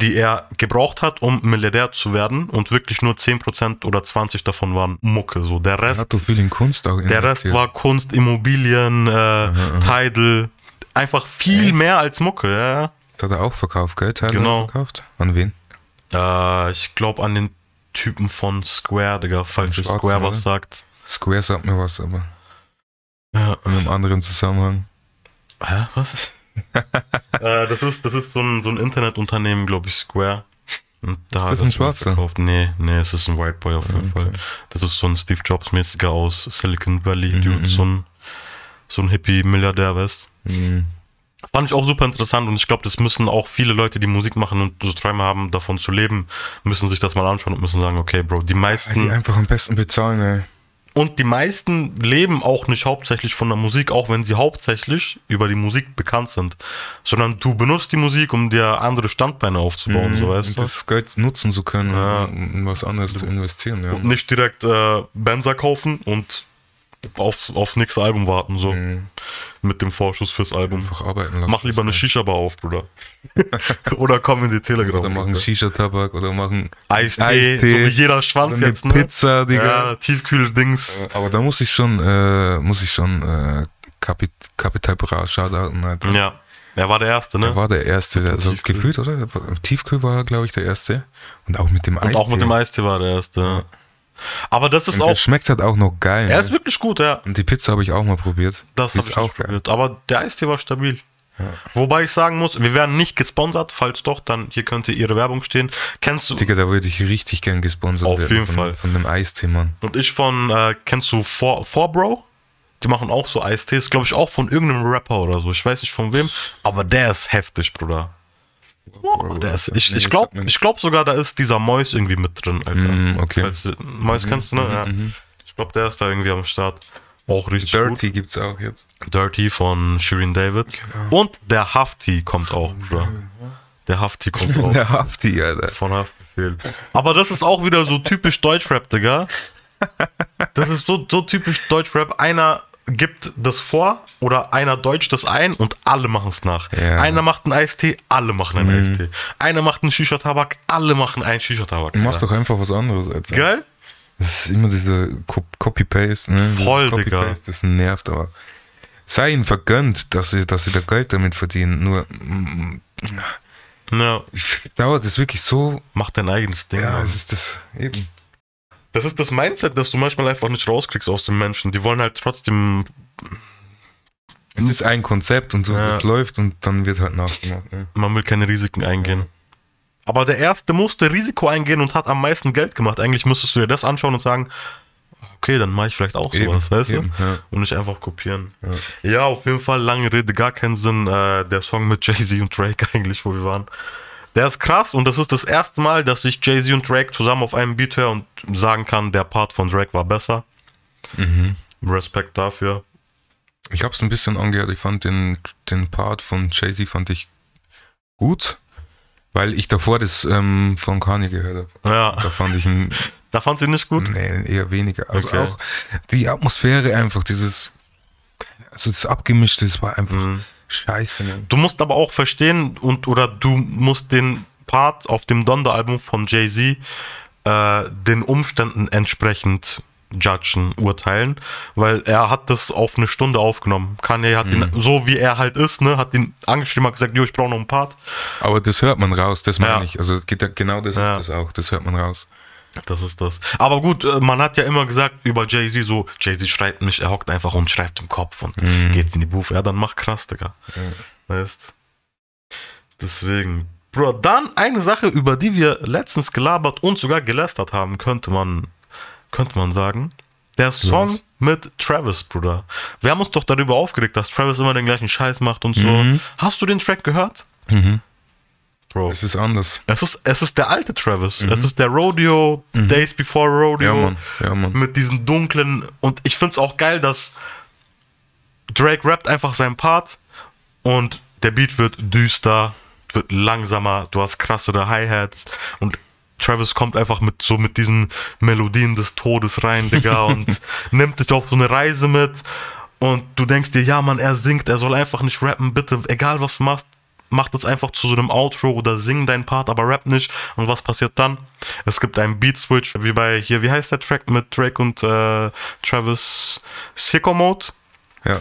S1: die er gebraucht hat, um Milliardär zu werden. Und wirklich nur 10% oder 20% davon waren Mucke. So der
S2: Er
S1: Rest,
S2: hat doch viel in Kunst auch
S1: der Rest
S2: investiert.
S1: war Kunst, Immobilien, äh, Tidal. Einfach viel mehr als Mucke, ja, ja.
S2: Das hat er auch verkauft, gell? Teile
S1: Genau.
S2: verkauft. An wen?
S1: Äh, ich glaube an den Typen von Square, Digga, falls
S2: Den
S1: es
S2: Schwarzen,
S1: Square
S2: oder?
S1: was sagt.
S2: Square sagt mir was, aber
S1: Ja.
S2: in einem anderen Zusammenhang.
S1: Hä, was? äh, das ist, das ist so ein, so ein Internetunternehmen, glaube ich, Square. Und da
S2: das
S1: hat
S2: ein
S1: er
S2: Schwarzer?
S1: verkauft. Nee, nee, es ist ein White Boy auf jeden Fall. Das ist so ein Steve Jobs-mäßiger aus Silicon Valley, Dude, so ein, so ein Hippie-Milliardär, weißt
S2: Mhm.
S1: Fand ich auch super interessant und ich glaube, das müssen auch viele Leute, die Musik machen und so Träume haben, davon zu leben, müssen sich das mal anschauen und müssen sagen, okay, Bro, die
S2: Weil die
S1: meisten
S2: einfach am besten bezahlen, ey.
S1: Und die meisten leben auch nicht hauptsächlich von der Musik, auch wenn sie hauptsächlich über die Musik bekannt sind. Sondern du benutzt die Musik, um dir andere Standbeine aufzubauen, so weißt
S2: Und
S1: du.
S2: das Geld nutzen zu können, um in was anderes zu investieren, ja.
S1: Und nicht direkt äh, Benzer kaufen und auf, auf nächstes Album warten, so. Mit dem Vorschuss fürs Album.
S2: Mhm. Einfach arbeiten lassen.
S1: Mach lieber eine Shisha-Bar auf, Bruder. oder komm in die Telegram.
S2: Oder machen Shisha-Tabak oder machen
S1: Eistee,
S2: Eistee.
S1: so wie jeder Schwanz
S2: Oder eine
S1: jetzt, ne?
S2: Pizza, Digga.
S1: Ja, Tiefkühl-Dings.
S2: Aber da muss ich schon, äh, muss ich schon äh, Kapit Kapital Bra shoutouten, Alter.
S1: Ja. Er war der Erste, ne?
S2: Er war der Erste, der so
S1: Tiefkühl.
S2: gefühlt, oder? Tiefkühl war, glaube ich, der Erste. Und auch mit dem Eis.
S1: Und auch mit dem Eistee war der erste. ja. Aber das ist
S2: Und der
S1: auch.
S2: schmeckt halt auch noch geil.
S1: Er
S2: ne?
S1: ist wirklich gut, ja.
S2: Und die Pizza habe ich auch mal probiert.
S1: Das
S2: Die
S1: habe
S2: ist
S1: ich auch
S2: geil.
S1: probiert. Aber der Eistee war stabil. Wobei ich sagen muss, wir werden nicht gesponsert. Falls doch, dann hier könnte ihre Werbung stehen. Kennst du.
S2: Digga, da würde ich richtig gern gesponsert
S1: Auf
S2: werden.
S1: jeden
S2: von,
S1: Fall.
S2: Von dem Eistee, Mann.
S1: Und ich von. Äh, kennst du For, Forbro? Die machen auch so Eistees. Glaube ich auch von irgendeinem Rapper oder so. Ich weiß nicht von wem. Aber der ist heftig, Bruder. Oh, der ist, ich
S2: Nee,
S1: ich
S2: das
S1: glaube
S2: sagt mir
S1: ich glaub sogar, da ist dieser Mois irgendwie mit drin, Alter.
S2: Mm, okay. Mhm,
S1: Falls, Mois kennst du, ne? Ja. Ich glaube, der ist da irgendwie am Start. Auch richtig gut.
S2: Dirty gibt's auch jetzt.
S1: Dirty von Shirin David. Und der Hafti kommt auch, Bruder. Der Hafti kommt auch.
S2: Der Hafti, Alter.
S1: von Haftbefehl. Aber das ist auch wieder so typisch Deutschrap, Digga. Das ist so, so typisch Deutschrap. Einer gibt das vor oder einer deutscht das ein und alle machen es nach.
S2: Ja. Mhm.
S1: Einer macht einen Eistee, alle machen einen Eistee. Einer macht einen Shisha-Tabak, alle machen einen Shisha-Tabak.
S2: Mach
S1: Digga.
S2: doch einfach was anderes, Alter.
S1: Geil?
S2: Das ist immer dieser Co Copy-Paste, ne? Dieses
S1: Voll, Digga.
S2: Copy-Paste, das nervt, aber sei ihnen vergönnt, dass sie, dass sie da Geld damit verdienen. Nur mm,
S1: Ja,
S2: dauert es wirklich so.
S1: mach dein eigenes Ding.
S2: Ja,
S1: Mann.
S2: es ist das eben.
S1: Das ist das Mindset, das du manchmal einfach nicht rauskriegst aus den Menschen. Die wollen halt trotzdem.
S2: Es ist ein Konzept und so,
S1: Ja.
S2: es läuft und dann wird halt nachgemacht. Ne?
S1: Man will keine Risiken eingehen. Aber der Erste musste Risiko eingehen und hat am meisten Geld gemacht. Eigentlich müsstest du dir das anschauen und sagen, okay, dann mache ich vielleicht auch
S2: Eben,
S1: sowas, weißt
S2: eben,
S1: du?
S2: ja.
S1: Und nicht einfach kopieren. Ja. auf jeden Fall, lange Rede, gar keinen Sinn. Äh, der Song mit Jay-Z und Drake eigentlich, wo wir waren. Der ist krass und das ist das erste Mal, dass ich Jay-Z und Drake zusammen auf einem Beat höre und sagen kann, der Part von Drake war besser.
S2: Mhm.
S1: Respekt dafür.
S2: Ich hab's ein bisschen angehört. Ich fand den, den Part von Jay-Z fand ich gut, weil ich davor das ähm, von Kanye gehört habe.
S1: Ja.
S2: Da fand ich ihn
S1: Da fand sie nicht gut.
S2: nee, eher weniger. Also
S1: Okay.
S2: auch die Atmosphäre einfach, dieses, also das Abgemischte, das war einfach
S1: Mhm.
S2: scheiße. Ne?
S1: Du musst aber auch verstehen und oder du musst den Part auf dem Donda-Album von Jay-Z äh, den Umständen entsprechend judgen, urteilen, weil er hat das auf eine Stunde aufgenommen. Kanye hat ihn, so wie er halt ist, ne, hat ihn angeschrieben, hat gesagt, jo, ich brauche noch einen Part.
S2: Aber das hört man raus, das meine
S1: Ja.
S2: ich. Also es geht, ja- genau das
S1: Ja.
S2: ist das auch, das hört man raus.
S1: Das ist das. Aber gut, äh, man hat ja immer gesagt über Jay-Z so, Jay-Z schreibt nicht, er hockt einfach und schreibt im Kopf und geht in die Buch. Ja, dann mach krass, Digga. Weißt Deswegen. Bro, dann eine Sache, über die wir letztens gelabert und sogar gelästert haben, könnte man, könnte man sagen. Der Song mit Travis, Bruder. Wir haben uns doch darüber aufgeregt, dass Travis immer den gleichen Scheiß macht und so. Hast du den Track gehört? Bro.
S2: Es ist anders.
S1: Es ist, es ist der alte Travis. Es ist der Rodeo, Days Before Rodeo.
S2: Mhm. Ja, Mann. Ja, Mann.
S1: Mit diesen dunklen. Und ich find's auch geil, dass Drake rappt einfach seinen Part und der Beat wird düster, wird langsamer. Du hast krassere Hi-Hats und Travis kommt einfach mit so mit diesen Melodien des Todes rein, Digga, und nimmt dich auf so eine Reise mit. Und du denkst dir, ja, Mann, er singt, er soll einfach nicht rappen, bitte, egal was du machst, mach das einfach zu so einem Outro oder sing deinen Part, aber rap nicht. Und was passiert dann? Es gibt einen Beat-Switch, wie bei hier, wie heißt der Track mit Drake und äh, Travis? Sicko Mode?
S2: Ja,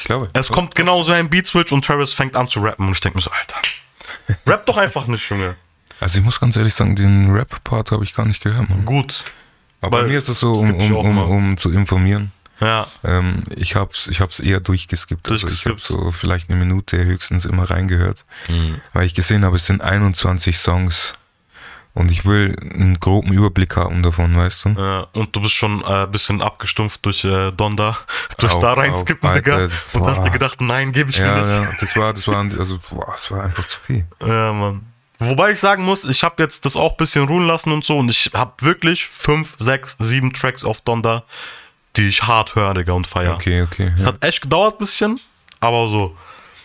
S2: ich glaube.
S1: Es kommt genau so ein Beat-Switch und Travis fängt an zu rappen und ich denke mir so, Alter, rap doch einfach nicht, Junge.
S2: Also ich muss ganz ehrlich sagen, den Rap-Part habe ich gar nicht gehört. Mann.
S1: Gut.
S2: Aber
S1: Weil-
S2: mir ist das so,
S1: das
S2: um,
S1: geb ich
S2: um,
S1: auch
S2: um,
S1: mal.
S2: um zu informieren.
S1: Ja,
S2: Ähm, ich habe es ich hab's eher durchgeskippt.
S1: Durchgeskippt. Mhm.
S2: Also ich habe so vielleicht eine Minute höchstens immer reingehört, weil ich gesehen habe, es sind 21 Songs und ich will einen groben Überblick haben davon, weißt du?
S1: äh, und du bist schon ein äh, bisschen abgestumpft durch äh, Donda, durch
S2: Au,
S1: da
S2: au,
S1: reinskippen, Digga.
S2: Alter,
S1: Und hast
S2: boah.
S1: dir gedacht, nein, gebe ich mir
S2: Ja,
S1: nicht.
S2: ja, das war, das war, also, boah, das war einfach zu viel.
S1: Ja, Mann. Wobei ich sagen muss, ich habe jetzt das auch ein bisschen ruhen lassen und so und ich habe wirklich fünf, sechs, sieben Tracks auf Donda, die ich hart höre, Digga, und feier.
S2: Okay, okay.
S1: Es
S2: Ja.
S1: hat echt gedauert ein bisschen, aber so.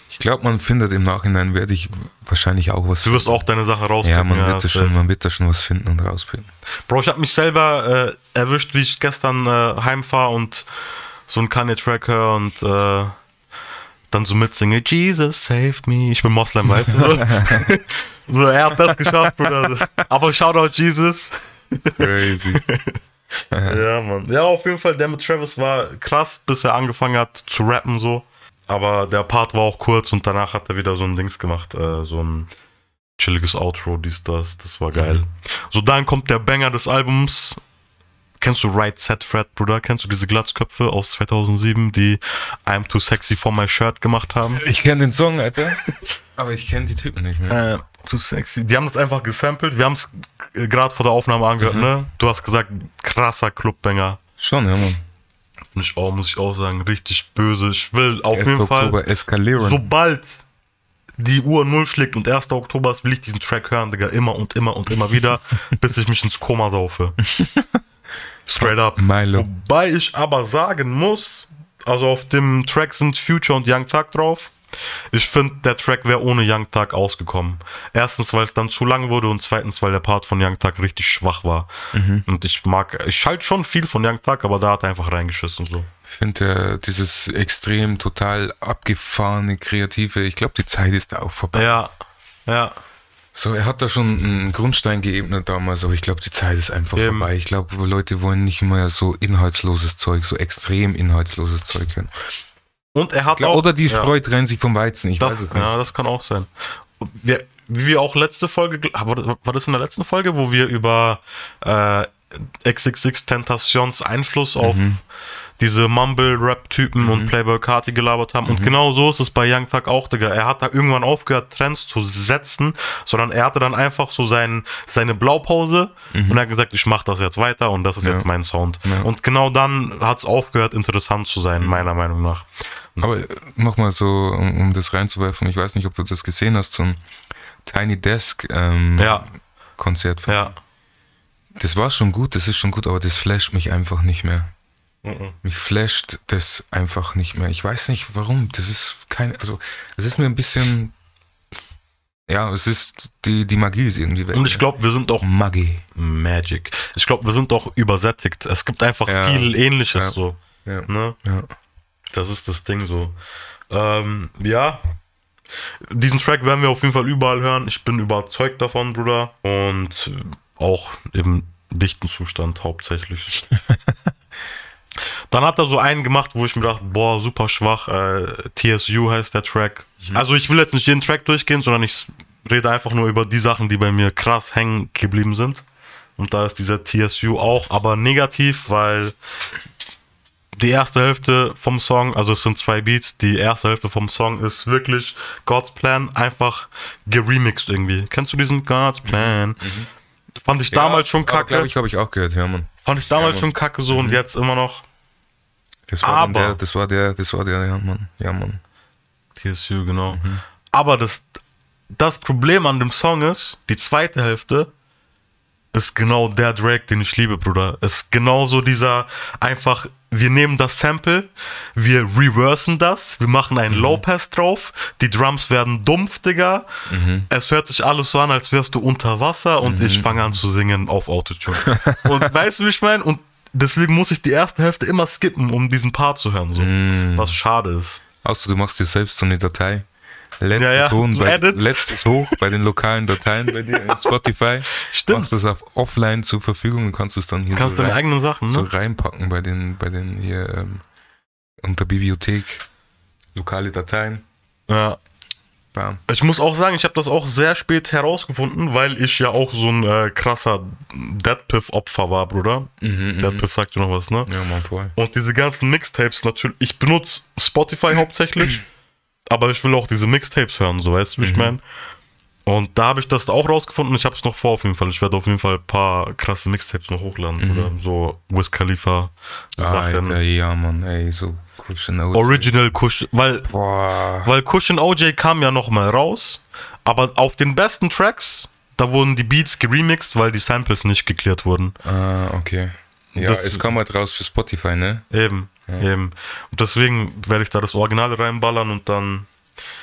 S2: Ich glaube, man findet im Nachhinein, werde ich wahrscheinlich auch was
S1: Du wirst auch deine Sache rauspicken.
S2: Ja, man, wird da
S1: safe.
S2: schon, man wird da schon was finden und rauspicken.
S1: Bro, ich habe mich selber äh, erwischt, wie ich gestern äh, heimfahre und so einen Kanye-Track höre und äh, dann so mitsinge, Jesus save me. Ich bin Moslem, weißt du? so. so, er hat das geschafft, Bruder. Aber Shoutout Jesus.
S2: Crazy.
S1: Ja, Mann. Ja, auf jeden Fall, der mit Travis war krass, bis er angefangen hat zu rappen so. Aber der Part war auch kurz und danach hat er wieder so ein Dings gemacht, äh, so ein chilliges Outro, dies, das, das war geil. So, dann kommt der Banger des Albums. Kennst du Right Set Fred, Bruder? Kennst du diese Glatzköpfe aus 2007, die I'm Too Sexy for My Shirt gemacht haben?
S2: Ich kenne den Song, Alter. Aber ich kenne die Typen nicht, ne?
S1: Äh, too Sexy. Die haben das einfach gesampelt. Wir haben es gerade vor der Aufnahme angehört, ne? Du hast gesagt, krasser Clubbanger.
S2: Schon, ja, man.
S1: Bin ich auch, muss ich auch sagen, richtig böse. Ich will auf
S2: 1.
S1: jeden
S2: Oktober ne?
S1: Fall,
S2: eskalieren.
S1: sobald die Uhr null schlägt und 1. Oktober ist, will ich diesen Track hören, Digga, immer und immer und immer wieder, bis ich mich ins Koma saufe. Straight up.
S2: Milo.
S1: Wobei ich aber sagen muss, also auf dem Track sind Future und Young Thug drauf. Ich finde, der Track wäre ohne Young Thug ausgekommen. Erstens, weil es dann zu lang wurde und zweitens, weil der Part von Young Thug richtig schwach war.
S2: Mhm.
S1: Und ich mag, ich schalte schon viel von Young Thug, aber da hat er einfach reingeschissen so.
S2: Ich finde äh, dieses extrem total abgefahrene, kreative, ich glaube, die Zeit ist da auch vorbei.
S1: Ja, ja.
S2: So, er hat da schon einen Grundstein geebnet damals, aber ich glaube, die Zeit ist einfach
S1: Eben.
S2: vorbei. Ich glaube, Leute wollen nicht mehr so inhaltsloses Zeug, so extrem inhaltsloses Zeug hören.
S1: Und er hat
S2: Klar,
S1: auch.
S2: Oder die
S1: ja.
S2: Spreu trennt sich vom Weizen, ich
S1: Das,
S2: weiß es nicht.
S1: ja, das kann auch sein. Und Wir, wie wir auch letzte Folge, gl- war das- war das in der letzten Folge, wo wir über äh, XXX Tentations Einfluss auf
S2: Mhm.
S1: diese Mumble-Rap-Typen und Playboy Carti gelabert haben.
S2: Mhm.
S1: Und genau so ist es bei Young Thug auch, Digga. Er hat da irgendwann aufgehört, Trends zu setzen, sondern er hatte dann einfach so sein, seine Blaupause
S2: Mhm.
S1: und hat gesagt, ich mach das jetzt weiter und das ist jetzt mein Sound. Und genau dann hat es aufgehört, interessant zu
S2: Mhm.
S1: sein, meiner Meinung nach.
S2: Aber nochmal so, um, um das reinzuwerfen, ich weiß nicht, ob du das gesehen hast, zum Tiny Desk ähm,
S1: Ja.
S2: Konzert.
S1: Ja.
S2: Das war schon gut, das ist schon gut, aber das flasht mich einfach nicht mehr. Mich flasht das einfach nicht mehr. Ich weiß nicht warum. Das ist kein, also es ist mir ein bisschen, ja, es ist die die Magie ist irgendwie weg.
S1: Und ich glaube, wir sind auch
S2: Magie.
S1: Magic. Ich glaube, wir sind doch übersättigt. Es gibt einfach
S2: Ja.
S1: viel Ähnliches
S2: Ja.
S1: so.
S2: Ja.
S1: Ne?
S2: Ja.
S1: Das ist das Ding so. Ähm, ja. Diesen Track werden wir auf jeden Fall überall hören. Ich bin überzeugt davon, Bruder. Und auch im dichten Zustand hauptsächlich. Dann hat er so einen gemacht, wo ich mir dachte, boah, super schwach. Äh, TSU heißt der Track.
S2: Mhm.
S1: Also ich will jetzt nicht jeden Track durchgehen, sondern ich rede einfach nur über die Sachen, die bei mir krass hängen geblieben sind. Und da ist dieser TSU auch, aber negativ, weil die erste Hälfte vom Song, also es sind zwei Beats, die erste Hälfte vom Song ist wirklich God's Plan einfach geremixed irgendwie. Kennst du diesen God's
S2: Mhm.
S1: Plan? Fand ich damals schon kacke.
S2: Glaube ich, habe ich auch gehört, ja, Mann.
S1: Fand ich damals
S2: Ja, mhm.
S1: schon kacke so und jetzt immer noch.
S2: Das war dann
S1: Aber-
S2: der, das war der, das war der, ja, Mann. Ja, Mann.
S1: TSU, genau. Aber das, das Problem an dem Song ist, die zweite Hälfte ist genau der Drake, den ich liebe, Bruder. Ist genauso dieser einfach, wir nehmen das Sample, wir reversen das, wir machen einen Low-Pass drauf, die Drums werden dumpf, Digga. Es hört sich alles so an, als wärst du unter Wasser und ich fange an zu singen auf Autotune. und weißt du, wie ich meine? Und deswegen muss ich die erste Hälfte immer skippen, um diesen Part zu hören, so. Was schade ist.
S2: Außer du machst dir selbst so eine Datei. Letztes,
S1: Ja, ja,
S2: Hoch,
S1: du
S2: bei,
S1: edit.
S2: letztes hoch bei den lokalen Dateien bei dir in Spotify.
S1: Stimmt.
S2: Machst das auf offline zur Verfügung und kannst es dann hier
S1: Kannst
S2: so,
S1: deine
S2: rein,
S1: eigenen Sachen, ne?
S2: so reinpacken bei den, bei den hier ähm, unter Bibliothek. Lokale Dateien.
S1: Ja.
S2: Bam.
S1: Ich muss auch sagen, ich habe das auch sehr spät herausgefunden, weil ich ja auch so ein äh, krasser Deadpiff-Opfer war, Bruder. Deadpiff sagt dir noch was, ne?
S2: Ja, man voll.
S1: Und diese ganzen Mixtapes natürlich, ich benutze Spotify hauptsächlich, aber ich will auch diese Mixtapes hören, so weißt du, wie ich meine? Und da habe ich das auch rausgefunden, ich habe es noch vor auf jeden Fall. Ich werde auf jeden Fall ein paar krasse Mixtapes noch hochladen, oder so Wiz Khalifa Sachen.
S2: Alter, ja, Mann, ey, so Cushion OG.
S1: Original Kush, weil
S2: Boah.
S1: Weil Cushion OJ kam ja nochmal raus, aber auf den besten Tracks, da wurden die Beats geremixed, weil die Samples nicht geklärt wurden.
S2: Ah, okay. Ja,
S1: Das-
S2: es kam halt raus für Spotify, ne?
S1: Eben, eben. Und deswegen werde ich da das Original reinballern und dann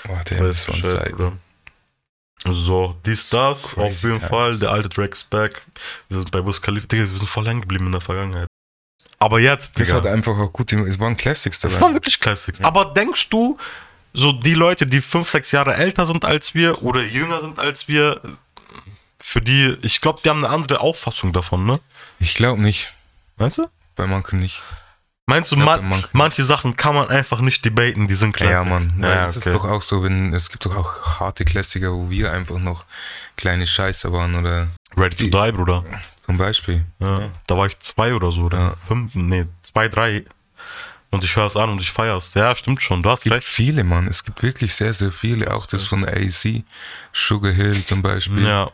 S2: Boah, der
S1: weiß
S2: ist
S1: ich
S2: schon
S1: Bescheid,
S2: Zeit.
S1: Bruder. So, dies, das, auf
S2: Crazy
S1: jeden
S2: times.
S1: Fall, der alte Drake ist back. Wir sind bei Wiz Khalifa, Digga, wir sind voll hängen geblieben in der Vergangenheit. Aber jetzt,
S2: Das
S1: Digga.
S2: hat einfach auch gut, es waren Classics dabei.
S1: Das waren wirklich ne? Classics. Aber denkst du, so die Leute, die fünf, sechs Jahre älter sind als wir oder jünger sind als wir, für die, ich glaube, die haben eine andere Auffassung davon, ne?
S2: Ich glaube nicht.
S1: Meinst du?
S2: Bei manchen nicht.
S1: Meinst du,
S2: Ja,
S1: man,
S2: bei manchen.
S1: manche Sachen kann man einfach nicht debaten, die sind Classics?
S2: Ja, Mann.
S1: Ja,
S2: das
S1: okay.
S2: ist doch auch so, wenn es gibt doch auch harte Klassiker, wo wir einfach noch kleine Scheiße waren oder
S1: Ready to
S2: die-
S1: die, Bruder.
S2: zum Beispiel.
S1: Ja, Da war ich zwei oder so, oder
S2: Ja.
S1: fünf, nee, zwei, drei. Und ich höre es an und ich feiere es. Ja, stimmt schon, du hast
S2: Es gibt
S1: recht.
S2: viele, Mann. Es gibt wirklich sehr, sehr viele. Auch das von AC, Sugar Hill zum Beispiel.
S1: Ja,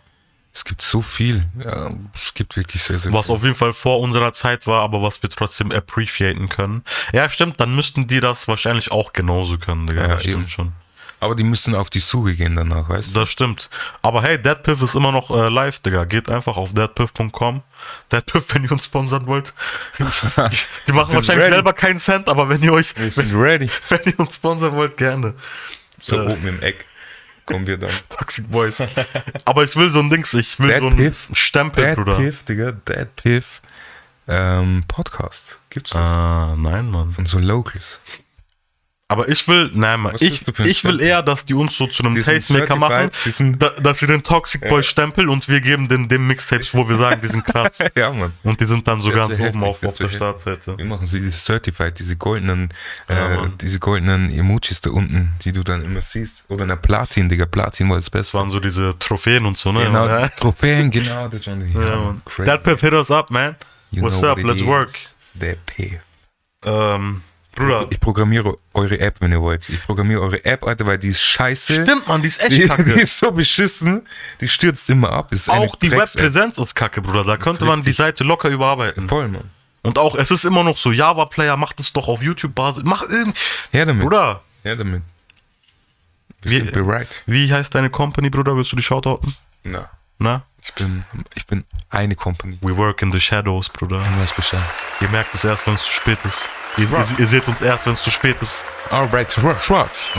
S2: Es gibt so viel. Ja, es gibt wirklich sehr, sehr
S1: Was
S2: viel.
S1: auf jeden Fall vor unserer Zeit war, aber was wir trotzdem appreciaten können. Ja, stimmt, dann müssten die das wahrscheinlich auch genauso können, Digga.
S2: Ja,
S1: das stimmt
S2: eben.
S1: schon.
S2: Aber die müssen auf die Suche gehen danach, weißt du?
S1: Das stimmt. Aber hey, Deadpiff ist immer noch äh, live, Digga. Geht einfach auf deadpiff.com. Deadpiff, wenn ihr uns sponsern wollt. Die machen wahrscheinlich
S2: ready.
S1: selber keinen Cent, aber wenn ihr euch,
S2: Wir sind ready.
S1: wenn ihr uns sponsern wollt, gerne.
S2: So
S1: Ja.
S2: oben im Eck kommen wir dann.
S1: Toxic Boys. aber ich will so ein Dings, ich will
S2: Dead
S1: so ein
S2: Piff.
S1: Stempel,
S2: Dead
S1: Bruder.
S2: Piff, Digga. Dead Piff ähm, Podcast. Gibt's das?
S1: Ah, Äh, nein, Mann.
S2: Von so Locals.
S1: Aber ich will, nein, mal,
S2: Was
S1: ich,
S2: willst du für einen
S1: ich will
S2: Stempel?
S1: eher, dass die uns so zu einem
S2: Die sind
S1: Tastemaker machen,
S2: certified, die sind-
S1: da, dass sie den Toxic Boy Stempel und wir geben den dem Mixtapes, wo wir sagen, die sind krass.
S2: Ja, Mann.
S1: Und die sind dann so
S2: Das
S1: ganz
S2: wär
S1: oben
S2: heftig,
S1: auf,
S2: das
S1: auf
S2: wär
S1: der Startseite.
S2: Wir machen sie certified, diese goldenen,
S1: Ja,
S2: äh,
S1: Mann.
S2: diese goldenen Emojis da unten, die du dann immer siehst. Oder eine Platin, Digga, Platin war das
S1: Das
S2: Beste.
S1: waren so diese Trophäen und so, ne?
S2: genau,
S1: ja,
S2: die Trophäen, genau, das waren die.
S1: ja,
S2: Mann,
S1: man. That Piff hit us up, man.
S2: You
S1: What's
S2: know
S1: up?
S2: what it
S1: Let's
S2: is.
S1: work.
S2: Der P.
S1: Ähm, Bruder.
S2: Ich programmiere eure App, wenn ihr wollt. Ich programmiere eure App, Alter, weil die ist scheiße.
S1: Stimmt, man, die ist echt
S2: Die, die
S1: kacke.
S2: ist so beschissen. Die stürzt immer ab. Ist eine
S1: Auch die
S2: Drecks-
S1: Webpräsenz ist kacke, Bruder. Da könnte man die
S2: richtig.
S1: Seite locker überarbeiten.
S2: Voll, Mann.
S1: Und auch, es ist immer noch so, Java-Player, macht es doch auf YouTube-Basis. Mach irgend...
S2: Her damit.
S1: Bruder,
S2: Her damit. Wir
S1: Wir-
S2: sind bereit.
S1: wie heißt deine Company, Bruder? Willst du die shoutouten?
S2: Na,
S1: Na?
S2: ich bin, ich bin eine Company.
S1: We work in the shadows, Bruder.
S2: Du weißt Bescheid.
S1: Ihr merkt es erst, wenn es zu spät ist. Ihr,
S2: Bruh.
S1: ihr, ihr seht uns erst, wenn es zu spät ist.
S2: Alright, schwarz.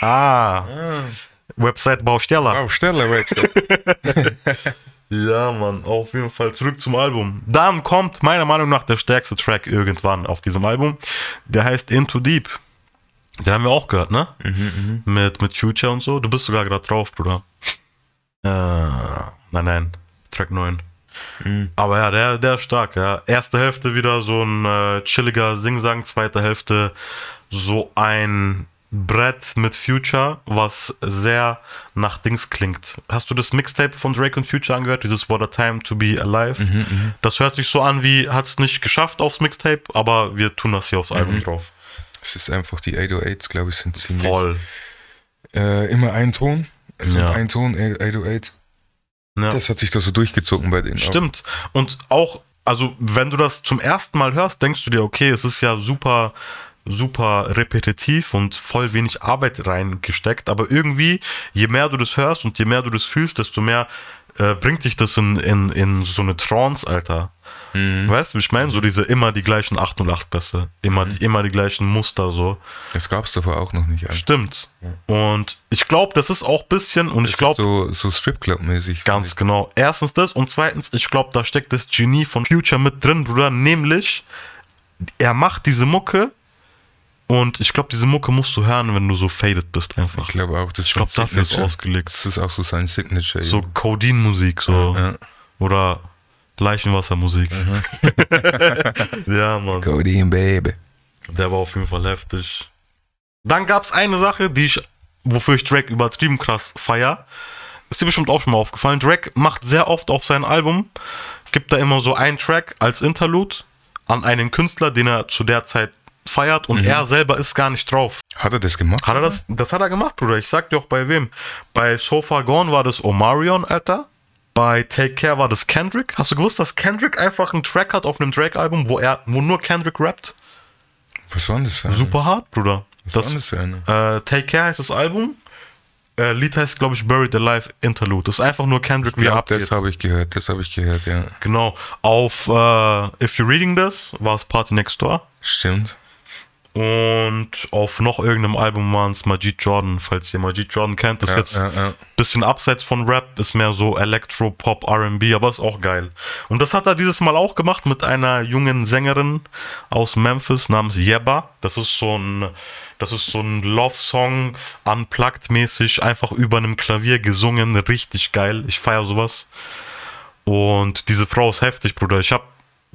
S1: Ah. Website-Bausteller.
S2: Auf Stelle wechseln.
S1: Ja, Mann, auf jeden Fall zurück zum Album. Dann kommt meiner Meinung nach der stärkste Track irgendwann auf diesem Album. Der heißt Into Deep. Den haben wir auch gehört, ne? mit, mit Future und so. Du bist sogar gerade drauf, Bruder. Äh, nein, nein. Track 9. Aber ja, der, der ist stark, ja. Erste Hälfte wieder so ein äh, chilliger Singsang, zweite Hälfte so ein Brett mit Future, was sehr nach Dings klingt. Hast du das Mixtape von Drake und Future angehört? Dieses What a Time to Be Alive? das hört sich so an wie, hat es nicht geschafft aufs Mixtape, aber wir tun das hier aufs Album drauf.
S2: es ist einfach, die 808s, glaube ich, sind ziemlich.
S1: Voll.
S2: Äh, immer ein Ton. Also
S1: Ja.
S2: ein Ton, 808.
S1: Ja.
S2: Das hat sich da so durchgezogen bei denen.
S1: Stimmt. Und auch, also wenn du das zum ersten Mal hörst, denkst du dir, okay, es ist ja super, super repetitiv und voll wenig Arbeit reingesteckt. Aber irgendwie, je mehr du das hörst und je mehr du das fühlst, desto mehr äh, bringt dich das in, in, in so eine Trance, Alter.
S2: Mhm.
S1: Weißt du, wie ich meine? So diese immer die gleichen 8 und 8 Bässe. Immer,
S2: Mhm.
S1: die, immer die gleichen Muster so.
S2: Das gab es davor auch noch nicht. Alter.
S1: Stimmt. Und ich glaube, das ist auch ein bisschen, und ich
S2: Das
S1: glaube,
S2: ist So, so Stripclub-mäßig.
S1: Ganz genau. Erstens das und zweitens, ich glaube, da steckt das Genie von Future mit drin, Bruder. Nämlich, er macht diese Mucke und ich glaube, diese Mucke musst du hören, wenn du so faded bist einfach.
S2: Ich glaube auch, das
S1: Ich glaub,
S2: sein
S1: dafür ist
S2: Signature.
S1: ausgelegt.
S2: Das ist auch so sein Signature.
S1: So
S2: eben.
S1: Codein-Musik, so.
S2: Ja. Mhm.
S1: Oder Leichenwassermusik. ja, Mann.
S2: Cody and Baby.
S1: Der war auf jeden Fall heftig. Dann gab es eine Sache, die ich, wofür ich Drake übertrieben krass feier. Ist dir bestimmt auch schon mal aufgefallen. Drake macht sehr oft auf sein Album, gibt da immer so einen Track als Interlude an einen Künstler, den er zu der Zeit feiert und er selber ist gar nicht drauf.
S2: Hat er das gemacht?
S1: Hat er das? Das hat er gemacht, Bruder. Ich sag dir auch bei wem. Bei So Far Gone war das Omarion, Alter. Bei Take Care war das Kendrick. Hast du gewusst, dass Kendrick einfach einen Track hat auf einem Drake-Album, wo er, wo nur Kendrick rappt?
S2: Was war denn das für einer?
S1: Super hart, Bruder.
S2: Was war
S1: Das,
S2: denn das für einer?
S1: äh, Take Care heißt das Album. Äh, Lied heißt, glaube ich, Buried Alive Interlude. Das ist einfach nur Kendrick, wie er
S2: Ja, das
S1: abgeht.
S2: habe ich gehört, das habe ich gehört, ja.
S1: Genau. Auf äh, If You're Reading This war es Party Next Door.
S2: Stimmt.
S1: Und auf noch irgendeinem Album waren es Majid Jordan, falls ihr Majid Jordan kennt. Das ist
S2: Ja,
S1: jetzt
S2: ja, ja.
S1: bisschen abseits von Rap, ist mehr so Electro, Pop, RB, aber ist auch geil. Und das hat er dieses Mal auch gemacht mit einer jungen Sängerin aus Memphis namens Yebba. Das ist so ein, das ist so ein Love-Song, unplugged-mäßig, einfach über einem Klavier gesungen. Richtig geil. Ich feiere sowas. Und diese Frau ist heftig, Bruder. Ich habe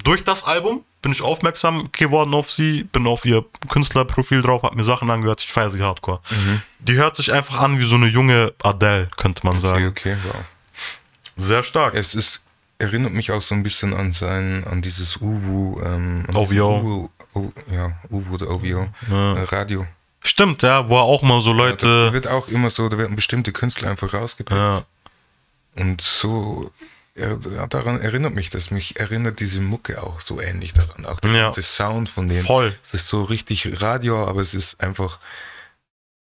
S1: durch das Album bin ich aufmerksam geworden auf sie, bin auf ihr Künstlerprofil drauf, habe mir Sachen angehört. Ich feiere sie hardcore. Die hört sich einfach an wie so eine junge Adele, könnte man
S2: Okay,
S1: sagen.
S2: Ah, okay, wow.
S1: Sehr stark.
S2: Es ist, erinnert mich auch so ein bisschen an sein, an dieses Uwu, ähm, an diesen
S1: OVO.
S2: Uwu, O- ja, Uwu oder OVO, äh, Radio.
S1: Stimmt, ja, wo er auch mal so
S2: Da
S1: Leute.
S2: wird auch immer so, da werden bestimmte Künstler einfach rausgepickt.
S1: Ja,
S2: Und so, er, daran erinnert mich das. Mich erinnert diese Mucke auch so ähnlich daran. Auch der
S1: Ja.
S2: ganze Sound von denen.
S1: Voll.
S2: Es ist so richtig Radio, aber es ist einfach,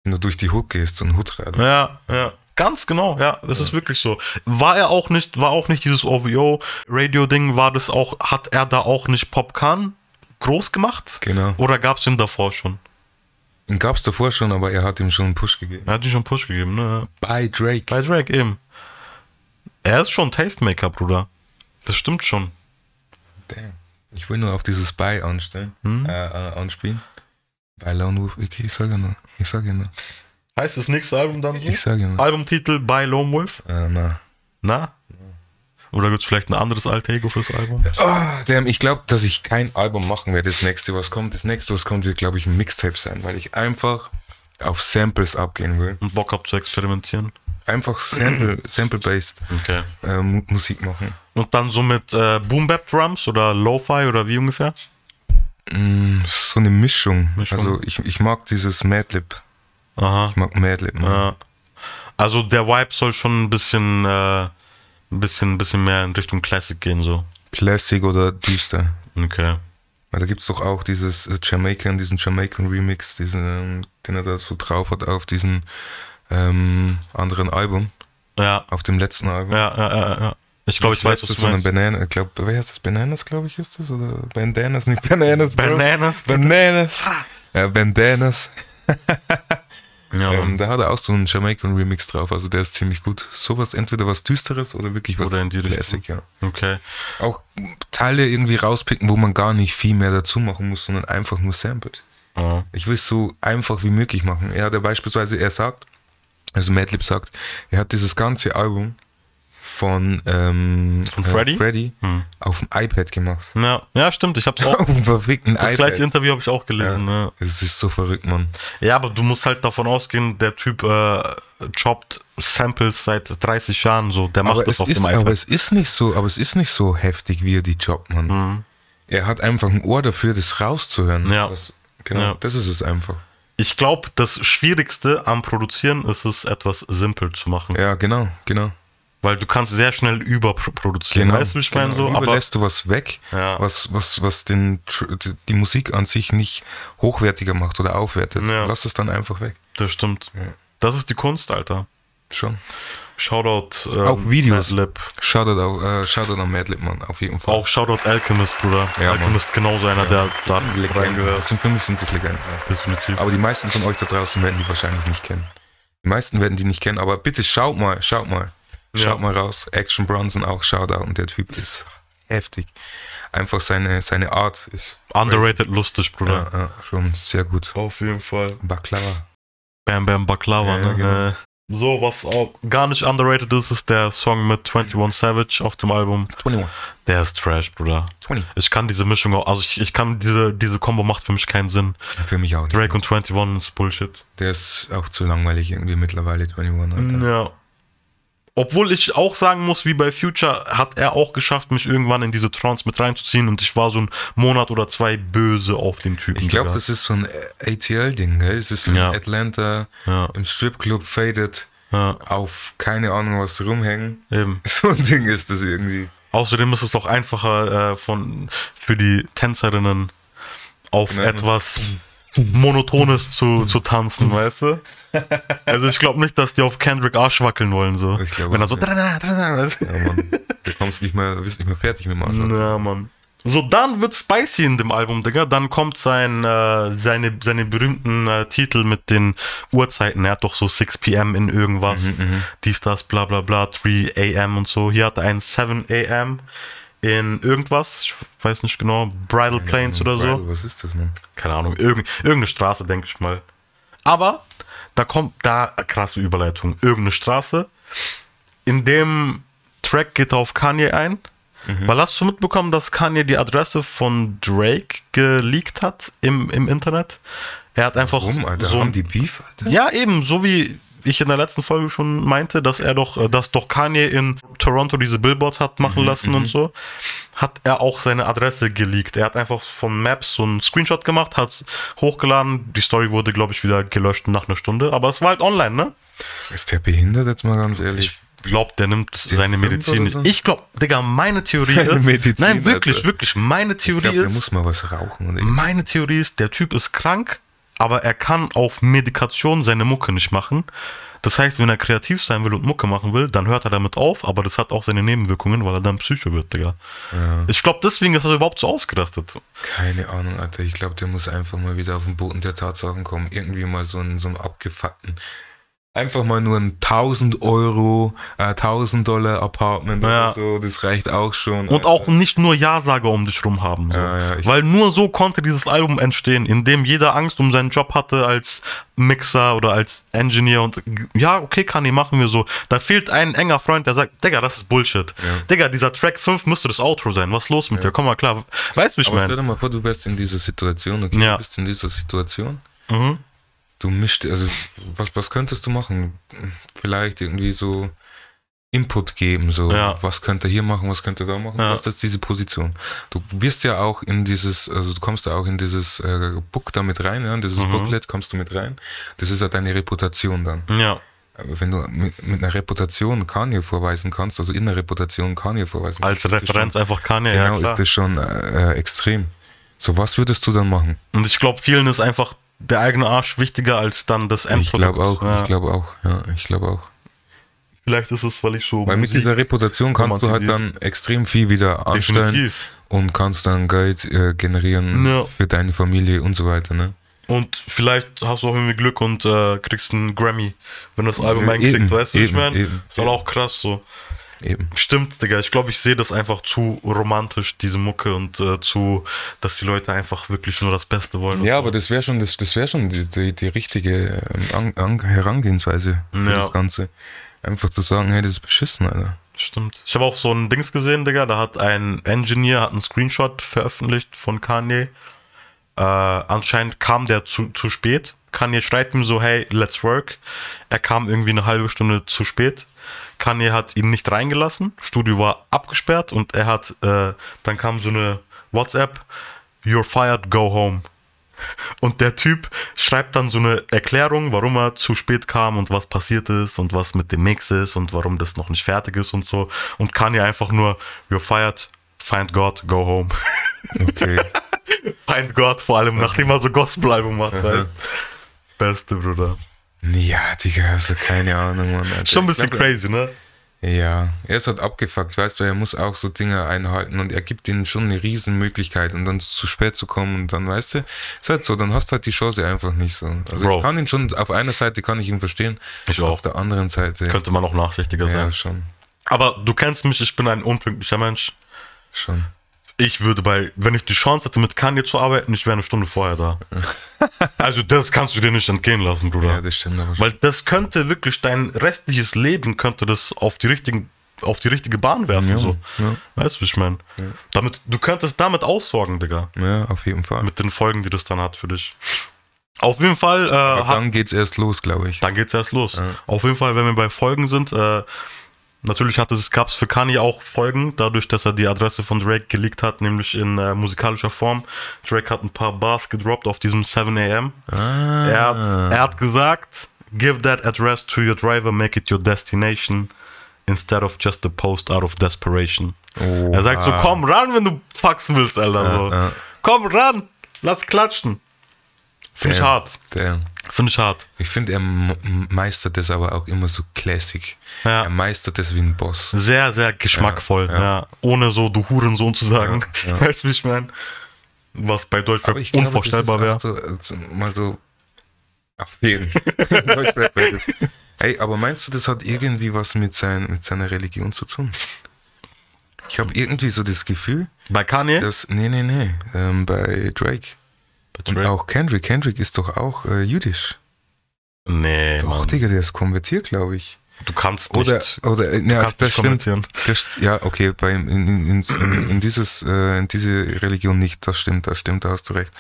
S2: wenn du durch die Hook gehst, so ein Hood-Radio.
S1: ja, ja. Ganz genau, ja, das ist wirklich so. War er auch nicht, war auch nicht dieses OVO-Radio-Ding, war das auch, hat er da auch nicht Popcorn groß gemacht?
S2: Genau.
S1: Oder gab es ihn davor schon?
S2: Den gab es davor schon, aber er hat ihm schon einen Push gegeben.
S1: Er hat ihm schon einen Push gegeben, ne?
S2: By Drake.
S1: Bei Drake eben. Er ist schon Tastemaker, Bruder. Das stimmt schon.
S2: Hm?
S1: Hm?
S2: Damn. Ich will nur auf dieses By anstellen, äh, äh, anspielen. Bei Lone Wolf AK, ich sage ja nur. Ich sage ja nur.
S1: Heißt das nächste Album dann? so?
S2: Ich sage ja nur.
S1: Albumtitel bei Lone Wolf?
S2: Äh, na.
S1: Na? Oder gibt es vielleicht ein anderes Alter Ego fürs Album?
S2: Ah, damn, ich glaube, dass ich kein Album machen werde. Das nächste, was kommt, das nächste, was kommt, wird, glaube ich, ein Mixtape sein, weil ich einfach auf Samples abgehen will.
S1: Und Bock hab zu experimentieren.
S2: Einfach Sample, Sample-based
S1: Okay.
S2: äh, Mu- Musik machen.
S1: Und dann so mit äh, Boom Bap Drums oder Lo-Fi oder wie ungefähr?
S2: Mm, So eine Mischung.
S1: Mischung.
S2: Also ich, ich mag dieses Madlib.
S1: Aha.
S2: Ich mag Madlib. Ne?
S1: Ja. Also der Vibe soll schon ein bisschen, äh, ein bisschen, bisschen mehr in Richtung Classic gehen, so.
S2: Classic oder düster.
S1: Okay.
S2: Weil da gibt es doch auch dieses äh, Jamaican, diesen Jamaican Remix, diesen, ähm, den er da so drauf hat auf diesem ähm, anderen Album,
S1: Ja,
S2: auf dem letzten Album.
S1: ja, ja, ja. ja. Ich glaube, ich weiß, was
S2: Letztes
S1: du
S2: so eine
S1: meinst.
S2: Banana, ich glaube, wer heißt das? Bananas, glaube ich, ist das? Oder Bandanas, nicht Bananas, Bro.
S1: Bananas? Ah.
S2: Bananas. Ja, Bandanas.
S1: Ja,
S2: Ähm,
S1: Mann.
S2: da hat er auch so einen Jamaican-Remix drauf, also der ist ziemlich gut. Sowas, entweder was Düsteres oder wirklich was
S1: Oder in die Richtung.
S2: Classic, ja.
S1: okay.
S2: Auch Teile irgendwie rauspicken, wo man gar nicht viel mehr dazu machen muss, sondern einfach nur samplet.
S1: Ja.
S2: Ich will es so einfach wie möglich machen. Er hat ja beispielsweise, er sagt, also Madlib sagt, er hat dieses ganze Album von, ähm,
S1: Von Freddy? Hm.
S2: auf dem iPad gemacht.
S1: Ja. ja, stimmt. Ich hab's auch.
S2: Auf dem verfickten
S1: Das gleiche
S2: iPad.
S1: Interview habe ich auch gelesen. Ja.
S2: Es ist so verrückt, Mann.
S1: ja, aber du musst halt davon ausgehen, der Typ äh, choppt Samples seit 30 Jahren so. Der macht
S2: Aber
S1: das
S2: es,
S1: auf
S2: ist,
S1: dem
S2: aber
S1: iPad.
S2: es ist nicht so, aber es ist nicht so heftig, wie er die jobbt, Mann. Er hat einfach ein Ohr dafür, das rauszuhören.
S1: Hm. Ja.
S2: Das, genau,
S1: Ja.
S2: das ist es einfach.
S1: Ich glaube, das Schwierigste am Produzieren ist es, etwas simpel zu machen.
S2: Ja, genau, genau.
S1: Weil du kannst sehr schnell überproduzieren.
S2: Genau,
S1: Weißt du, wie ich meine?
S2: genau.
S1: So,
S2: Lieber
S1: aber
S2: lässt du was weg,
S1: Ja.
S2: was, was, was den, Tr- die- die Musik an sich nicht hochwertiger macht oder aufwertet.
S1: Ja.
S2: Lass es dann einfach weg.
S1: das stimmt. Das ist die Kunst, Alter.
S2: Schon.
S1: Shoutout. Ähm,
S2: Auch Videos.
S1: Madlib.
S2: Shoutout, auf, äh, Shoutout an Madlib, Mann, auf jeden Fall.
S1: Auch Shoutout Alchemist, Bruder.
S2: Ja, Mann.
S1: Alchemist genauso einer, der da
S2: Legenden. Das
S1: reingehört.
S2: sind, für mich sind das Legenden.
S1: Definitiv.
S2: Aber die meisten von euch da draußen werden die wahrscheinlich nicht kennen. Die meisten werden die nicht kennen, aber bitte schaut mal, schaut mal. Schaut mal raus. Action Bronson auch, Shoutout. Und der Typ ist heftig. Einfach seine, seine Art ist
S1: Underrated lustig, Bruder.
S2: ja, ja, schon sehr gut.
S1: Auf jeden Fall.
S2: Baklava.
S1: Bam Bam Baklava,
S2: Ja, ja,
S1: ne?
S2: genau.
S1: Äh, So, was auch gar nicht underrated ist, ist der Song mit 21 Savage auf dem Album.
S2: 21.
S1: Der ist Trash, Bruder.
S2: 20.
S1: Ich kann diese Mischung auch, also ich, ich kann diese, diese Kombo macht für mich keinen Sinn.
S2: Für mich auch nicht.
S1: Drake und 21 ist Bullshit.
S2: Der ist auch zu langweilig irgendwie mittlerweile, 21. Alter.
S1: Ja. Obwohl ich auch sagen muss, wie bei Future, hat er auch geschafft, mich irgendwann in diese Trance mit reinzuziehen und ich war so einen Monat oder zwei böse auf den Typen.
S2: Ich glaube,
S1: Digga.
S2: das ist so ein ATL-Ding, gell? Es ist in
S1: Ja.
S2: Atlanta,
S1: Ja.
S2: im Stripclub, faded,
S1: Ja,
S2: auf keine Ahnung was rumhängen.
S1: eben.
S2: So ein Ding ist das irgendwie.
S1: Außerdem ist es auch einfacher äh, von, für die Tänzerinnen auf
S2: Ja.
S1: etwas Monotones zu, zu tanzen, weißt du? Also ich glaube nicht, dass die auf Kendrick Arsch wackeln wollen, so.
S2: Ich glaub
S1: Wenn er
S2: auch
S1: so...
S2: Ja, Mann. Du kommst nicht mehr, bist nicht mehr fertig mit dem Arsch.
S1: Na, Mann. So, dann wird spicy in dem Album, Digga. Dann kommt sein, äh, seine, seine berühmten äh, Titel mit den Uhrzeiten. Er hat doch so 6 p.m. in irgendwas, dies, das, bla, bla, bla, 3 a.m. und so. Hier hat er ein 7 a.m. in irgendwas, ich weiß nicht genau, Bridal Plains oder so
S2: Was ist das, Mann?
S1: keine Ahnung, irgend, irgendeine Straße, denke ich mal. Aber da kommt da krasse Überleitung. Irgendeine Straße. In dem Track geht er auf Kanye ein.
S2: Mhm.
S1: Weil hast du mitbekommen, dass Kanye die Adresse von Drake geleakt hat im, im Internet? Er hat einfach
S2: Warum, Alter?
S1: so
S2: Haben die Beef, Alter?
S1: ja, eben, so wie ich in der letzten Folge schon meinte, dass er doch, äh, dass doch Kanye in Toronto diese Billboards hat machen
S2: Mhm,
S1: lassen und so, hat er auch seine Adresse geleakt. Er hat einfach von Maps so einen Screenshot gemacht, hat's hochgeladen. Die Story wurde, glaube ich, wieder gelöscht nach einer Stunde, aber es war halt online, ne?
S2: Ist der behindert jetzt mal ganz ehrlich?
S1: Ich glaube, der nimmt
S2: der
S1: seine
S2: fünf
S1: Medizin
S2: oder so?
S1: nicht. Ich glaube, Digga, meine Theorie
S2: Seine
S1: ist.
S2: Medizin,
S1: nein, wirklich,
S2: Alter.
S1: wirklich. Meine
S2: Ich
S1: Theorie
S2: glaube, der
S1: ist.
S2: muss mal was rauchen. Oder irgendwie.
S1: Meine Theorie ist, der Typ ist krank, aber er kann auf Medikation seine Mucke nicht machen. Das heißt, wenn er kreativ sein will und Mucke machen will, dann hört er damit auf, aber das hat auch seine Nebenwirkungen, weil er dann Psycho wird, Digga. Ich glaube, deswegen ist er überhaupt so ausgerastet.
S2: Keine Ahnung, Alter. Ich glaube, der muss einfach mal wieder auf den Boden der Tatsachen kommen. Irgendwie mal so einen, so einen abgefuckten Einfach mal nur ein 1000 Euro, äh, 1000 Dollar Apartment
S1: Ja.
S2: oder so, das reicht auch schon.
S1: Und auch nicht nur Ja-Sager um dich rum haben. So.
S2: Ja, ja, ich-
S1: Weil nur so konnte dieses Album entstehen, indem jeder Angst um seinen Job hatte als Mixer oder als Engineer und g- ja, okay, Kanye, machen wir so. Da fehlt ein enger Freund, der sagt, Digga, das ist Bullshit. Digga, dieser Track 5 müsste das Outro sein. Was ist los mit dir? Komm mal klar. Weißt du, wie ich
S2: Aber stell
S1: meine?
S2: dir mal vor, du wärst in dieser Situation, okay?
S1: Ja. Mhm.
S2: Du bist in dieser Situation. Du mischt, also was, was könntest du machen? Vielleicht irgendwie so Input geben, so
S1: Ja.
S2: was könnte er hier machen, was könnte er da machen,
S1: Ja.
S2: was ist jetzt diese Position. Du wirst ja auch in dieses, also du kommst ja auch in dieses äh, Book damit rein, ja, in dieses
S1: Mhm.
S2: Booklet kommst du mit rein. Das ist ja deine Reputation dann.
S1: Ja.
S2: Aber wenn du mit, mit einer Reputation Kanye vorweisen kannst, also in der Reputation Kanye vorweisen
S1: Als
S2: kannst, ist das
S1: Referenz
S2: schon-
S1: einfach Kanye,
S2: Genau,
S1: ja klar.
S2: ist das schon äh, äh, extrem. So, was würdest du dann machen?
S1: Und ich glaube, vielen ist einfach der eigene Arsch wichtiger als dann das
S2: Ich
S1: Endprodukt.
S2: glaube auch,
S1: Ja.
S2: ich glaube auch, ja, ich glaube auch.
S1: Vielleicht ist es, weil ich so.
S2: Weil mit
S1: Musik-
S2: dieser Reputation kannst du halt dann extrem viel wieder anstellen
S1: Definitiv.
S2: und kannst dann Geld äh, generieren
S1: Ja.
S2: für deine Familie und so weiter, ne?
S1: Und vielleicht hast du auch irgendwie Glück und äh, kriegst einen Grammy, wenn du das Album
S2: Eben,
S1: einkriegst, weißt du, wie ich
S2: eben,
S1: meine?
S2: eben,
S1: Ist doch
S2: eben.
S1: auch krass so.
S2: Eben.
S1: Stimmt, Digga. Ich glaube, ich sehe das einfach zu romantisch, diese Mucke und äh, zu, dass die Leute einfach wirklich nur das Beste wollen.
S2: Ja, aber das wäre schon, das, das wäre schon die, die, die richtige ähm, an, an, Herangehensweise für
S1: Ja.
S2: das Ganze. Einfach zu sagen, hey, das ist beschissen, Alter.
S1: Stimmt. Ich habe auch so ein Dings gesehen, Digga. Da hat ein Engineer hat einen Screenshot veröffentlicht von Kanye. Äh, anscheinend kam der zu, zu spät. Kanye schreibt ihm so, hey, let's work. Er kam irgendwie eine halbe Stunde zu spät. Kanye hat ihn nicht reingelassen. Studio war abgesperrt und er hat, äh, dann kam so eine WhatsApp, you're fired, go home. Und der Typ schreibt dann so eine Erklärung, warum er zu spät kam und was passiert ist und was mit dem Mix ist und warum das noch nicht fertig ist und so. Und Kanye einfach nur, you're fired, find God, go home.
S2: Okay.
S1: Find God vor allem, nachdem er so Gospel-Album macht. Halt. Beste, Bruder.
S2: ja, Digga, also keine Ahnung, Mann. Alter.
S1: Schon ein
S2: Ich
S1: bisschen
S2: glaub,
S1: crazy, ne?
S2: Ja, er ist halt abgefuckt, weißt du, er muss auch so Dinge einhalten und er gibt ihnen schon eine Riesenmöglichkeit und dann zu spät zu kommen und dann, weißt du, ist halt so, dann hast du halt die Chance einfach nicht so. Also
S1: Bro.
S2: ich kann ihn schon, auf einer Seite kann ich ihn verstehen,
S1: Ich auch.
S2: auf der anderen Seite,
S1: Könnte man auch nachsichtiger
S2: ja
S1: sein.
S2: schon,
S1: Aber du kennst mich, ich bin ein unpünktlicher Mensch.
S2: schon.
S1: Ich würde bei, wenn ich die Chance hätte, mit Kanye zu arbeiten, ich wäre eine Stunde vorher da. also das kannst du dir nicht entgehen lassen, Bruder.
S2: Ja, das stimmt aber schon.
S1: Weil das könnte wirklich dein restliches Leben könnte das auf die richtigen auf die richtige Bahn werfen. so.
S2: ja.
S1: Weißt du, wie ich meine? Damit, du könntest damit aussorgen, Digga.
S2: Ja, auf jeden Fall.
S1: Mit den Folgen, die das dann hat für dich. Auf jeden Fall, äh,
S2: Aber
S1: hat,
S2: dann geht's erst los, glaube ich.
S1: dann geht's erst los. Auf jeden Fall, wenn wir bei Folgen sind, äh, natürlich hat es, gab's für Kanye auch Folgen, dadurch, dass er die Adresse von Drake geleakt hat, nämlich in äh, musikalischer Form. Drake hat ein paar Bars gedroppt auf diesem 7am.
S2: Ah,
S1: Er hat, er hat gesagt, give that address to your driver, make it your destination, instead of just a post out of desperation.
S2: Oha.
S1: Er sagt so, komm ran, wenn du faxen willst, Alter. so.
S2: ja.
S1: Komm ran, lass klatschen. Finde ich
S2: damn,
S1: hart.
S2: Damn.
S1: Finde ich hart.
S2: Ich finde, er m- meistert das aber auch immer so classic.
S1: Ja.
S2: Er meistert das wie ein Boss.
S1: Sehr, sehr geschmackvoll. Ja, Ohne so, du Hurensohn zu sagen. Weißt du, wie ich meine? Was bei Deutschrap
S2: Aber ich glaube,
S1: unvorstellbar wäre.
S2: das ist auch So, äh, so- mal so. Auf jeden Fall. Ey, aber meinst du, das hat irgendwie was mit, sein, mit seiner Religion zu tun? Ich habe irgendwie so das Gefühl,
S1: Bei Kanye?
S2: dass. Nee, nee, nee. Ähm, bei Drake.
S1: Bei
S2: Und
S1: Drake?
S2: auch Kendrick. Kendrick ist doch auch äh, jüdisch.
S1: nee,
S2: Doch,
S1: Mann.
S2: Digga, der ist konvertiert, glaube ich.
S1: Du kannst nicht.
S2: Oder, oder äh, ja,
S1: kannst
S2: das
S1: nicht
S2: stimmt.
S1: kommentieren.
S2: Das, st- ja, okay, bei, in, in, ins- in, in, dieses, äh, in diese Religion nicht, das stimmt, das stimmt, da hast du recht.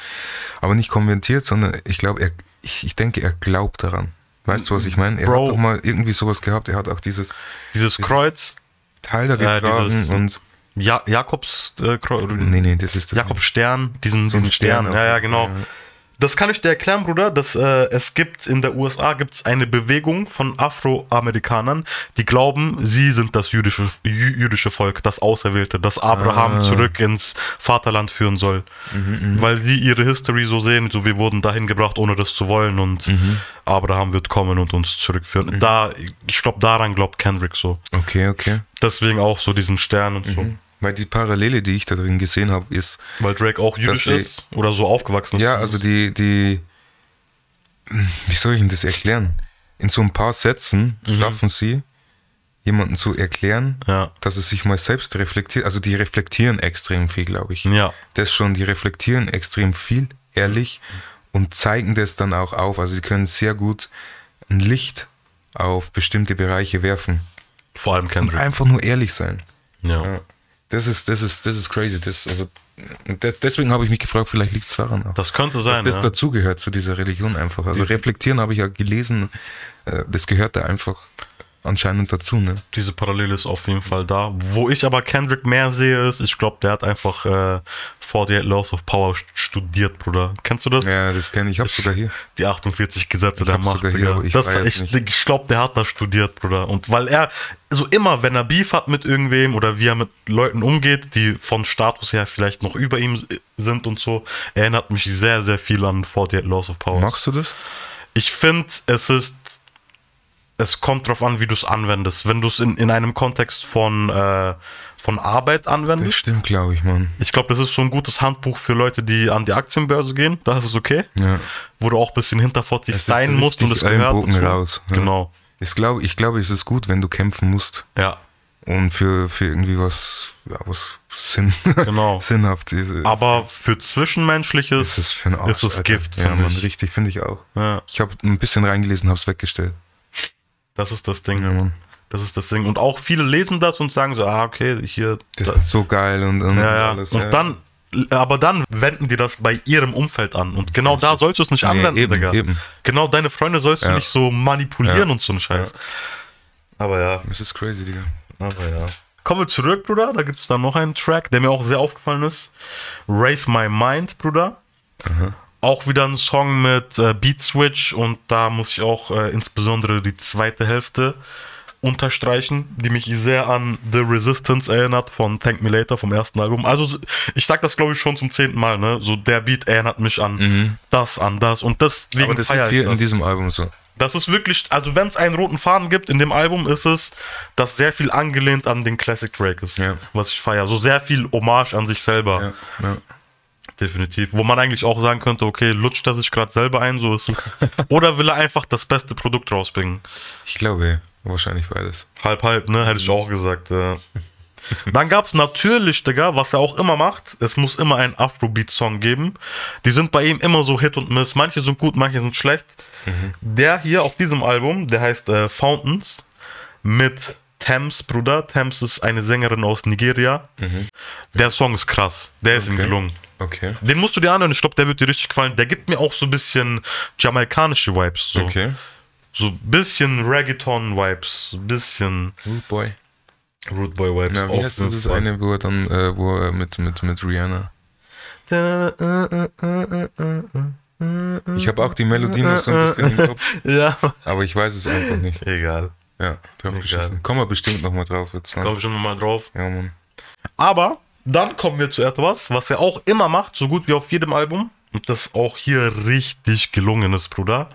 S2: Aber nicht konvertiert, sondern ich glaube, er, ich, ich denke, er glaubt daran. Weißt du, was ich meine? Er
S1: Bro.
S2: hat doch mal irgendwie sowas gehabt, er hat auch dieses
S1: Dieses Kreuz,
S2: Teil da
S1: Ja,
S2: getragen
S1: dieses-
S2: und.
S1: ja Jakobs äh, Kreuz,
S2: Nee, nee, das ist das.
S1: Jakob Stern, diesen,
S2: ein
S1: diesen Stern.
S2: Stern auf
S1: Ja, ja,
S2: jeden
S1: genau.
S2: Fall, ja.
S1: Das kann ich dir erklären, Bruder, dass äh, es gibt in der USA gibt's eine Bewegung von Afroamerikanern, die glauben, sie sind das jüdische, jü jüdische Volk, das Auserwählte, das
S2: Ah.
S1: Abraham zurück ins Vaterland führen soll.
S2: Mhm,
S1: weil sie ihre History so sehen, so wir wurden dahin gebracht, ohne das zu wollen und
S2: Mhm.
S1: Abraham wird kommen und uns zurückführen. Da, ich glaube, daran glaubt Kendrick so.
S2: Okay, okay.
S1: Deswegen auch so diesen Stern und so.
S2: Weil die Parallele, die ich da drin gesehen habe, ist,
S1: Weil Drake auch jüdisch
S2: sie-
S1: ist
S2: also
S1: oder so aufgewachsen ist.
S2: Ja, also die, die, wie soll ich denn das erklären? in so ein paar Sätzen schaffen sie, jemanden zu erklären,
S1: Mhm. Ja.
S2: dass es sich mal selbst reflektiert. Also die reflektieren extrem viel, glaube ich.
S1: Ja.
S2: Das schon, die reflektieren extrem viel, ehrlich, und zeigen das dann auch auf. Also sie können sehr gut ein Licht auf bestimmte Bereiche werfen.
S1: Vor allem Kendrick.
S2: Einfach nur ehrlich sein.
S1: Ja.
S2: Ja. Das ist, das ist, das ist crazy. Das, also, das, deswegen habe ich mich gefragt, vielleicht liegt es daran auch.
S1: Das könnte sein,
S2: Dass das
S1: ja.
S2: dazugehört zu dieser Religion einfach. Also reflektieren habe ich ja gelesen, äh, das gehört da einfach anscheinend dazu, ne?
S1: Diese Parallele ist auf jeden Fall da. Wo ich aber Kendrick mehr sehe, ist, ich glaube, der hat einfach äh, 48 Laws of Power st- studiert, Bruder. Kennst du das?
S2: Ja, das kenne ich. Ich habe sogar hier.
S1: Die 48 Gesetze der
S2: hab's
S1: Macht,
S2: sogar hier,
S1: Digga.
S2: aber ich
S1: das,
S2: weiß
S1: ich
S2: nicht.
S1: ich glaube, der hat das studiert, Bruder. Und weil er, so immer, wenn er Beef hat mit irgendwem oder wie er mit Leuten umgeht, die von Status her vielleicht noch über ihm s- sind und so, erinnert mich sehr, sehr viel an 48 Laws of Power.
S2: Machst du das?
S1: Ich finde, es ist. Es kommt drauf an, wie du es anwendest. Wenn du es in, in einem Kontext von, äh, von Arbeit
S2: Das
S1: anwendest.
S2: stimmt, glaube ich, Mann.
S1: Ich glaube, das ist so ein gutes Handbuch für Leute, die an die Aktienbörse gehen. Da ist es okay.
S2: Ja.
S1: Wo du auch ein bisschen hinterfotzig
S2: ist
S1: sein musst und es
S2: richtig
S1: gehört.
S2: Ellenbogen
S1: dazu.
S2: raus, ja.
S1: Genau.
S2: Ich glaube, ich glaube, es ist gut, wenn du kämpfen musst
S1: Ja.
S2: und für, für irgendwie was, ja, was Sinn,
S1: Genau.
S2: sinnhaft ist.
S1: Aber für Zwischenmenschliches
S2: es ist für einen Arsch,
S1: ist es
S2: Alter.
S1: Gift,
S2: Ja,
S1: finde
S2: Mann,
S1: ich.
S2: richtig, finde ich auch.
S1: Ja.
S2: Ich habe ein bisschen reingelesen, habe es weggestellt.
S1: Das ist das Ding.
S2: Ja, Mann.
S1: Das ist das Ding. Und auch viele lesen das und sagen so, ah, okay, hier.
S2: Das
S1: da-
S2: ist so geil und, und
S1: Ja, ja.
S2: alles.
S1: und
S2: ja.
S1: dann, aber dann wenden die das bei ihrem Umfeld an. Und genau
S2: Das
S1: da
S2: ist-
S1: sollst du es nicht
S2: Nee,
S1: anwenden,
S2: eben,
S1: Digga.
S2: eben.
S1: Genau deine Freunde sollst du
S2: Ja.
S1: nicht so manipulieren
S2: Ja.
S1: und so einen Scheiß. Aber ja,
S2: Das ist crazy, Digga.
S1: aber ja. Kommen wir zurück, Bruder. Da gibt es dann noch einen Track, der mir auch sehr aufgefallen ist. Raise My Mind, Bruder. Auch wieder ein Song mit äh, Beat Switch und da muss ich auch äh, insbesondere die zweite Hälfte unterstreichen, die mich sehr an The Resistance erinnert von Thank Me Later vom ersten Album. Also ich sag das glaube ich schon zum zehnten Mal, ne? So der Beat erinnert mich an das, an das und deswegen
S2: Mhm. Aber das
S1: feier
S2: ist
S1: ich
S2: hier in
S1: das.
S2: diesem Album so.
S1: Das ist wirklich, also wenn es einen roten Faden gibt in dem Album, ist es, dass sehr viel angelehnt an den Classic Drake ist,
S2: Ja.
S1: was ich feiere. So sehr viel Hommage an sich selber,
S2: Ja, ja.
S1: definitiv. Wo man eigentlich auch sagen könnte, okay, lutscht er sich gerade selber ein, so ist es. Oder will er einfach das beste Produkt rausbringen?
S2: Ich glaube, wahrscheinlich beides.
S1: Halb, halb, ne? Hätte ich auch gesagt. Ja. Dann gab es natürlich, Digga, was er auch immer macht, es muss immer einen Afrobeat-Song geben. Die sind bei ihm immer so Hit und Miss. Manche sind gut, manche sind schlecht.
S2: Mhm.
S1: Der hier auf diesem Album, der heißt äh, Fountains mit Thames, Bruder. Thames ist eine Sängerin aus Nigeria. Der Song ist krass. Der ist ihm
S2: Mhm. Okay.
S1: gelungen.
S2: Okay.
S1: Den musst du dir anhören. Ich glaube, der wird dir richtig gefallen. Der gibt mir auch so ein bisschen jamaikanische Vibes. So.
S2: Okay.
S1: So ein bisschen Reggaeton-Vibes. Ein bisschen.
S2: Good Oh, boy.
S1: Root Boy Vibes.
S2: Ja, wie heißt dieses eine, wo er dann, äh, wo er mit, mit, mit Rihanna.
S1: äh,
S2: Ich habe auch die Melodie noch so ein bisschen im Kopf,
S1: Ja.
S2: aber ich weiß es einfach nicht.
S1: Egal.
S2: Ja, drauf geschissen. Kommen wir bestimmt nochmal drauf jetzt. Ne?
S1: Komm schon nochmal drauf.
S2: Ja, Mann.
S1: Aber dann kommen wir zu etwas, was er auch immer macht, so gut wie auf jedem Album. Und das auch hier richtig gelungen ist, Bruder.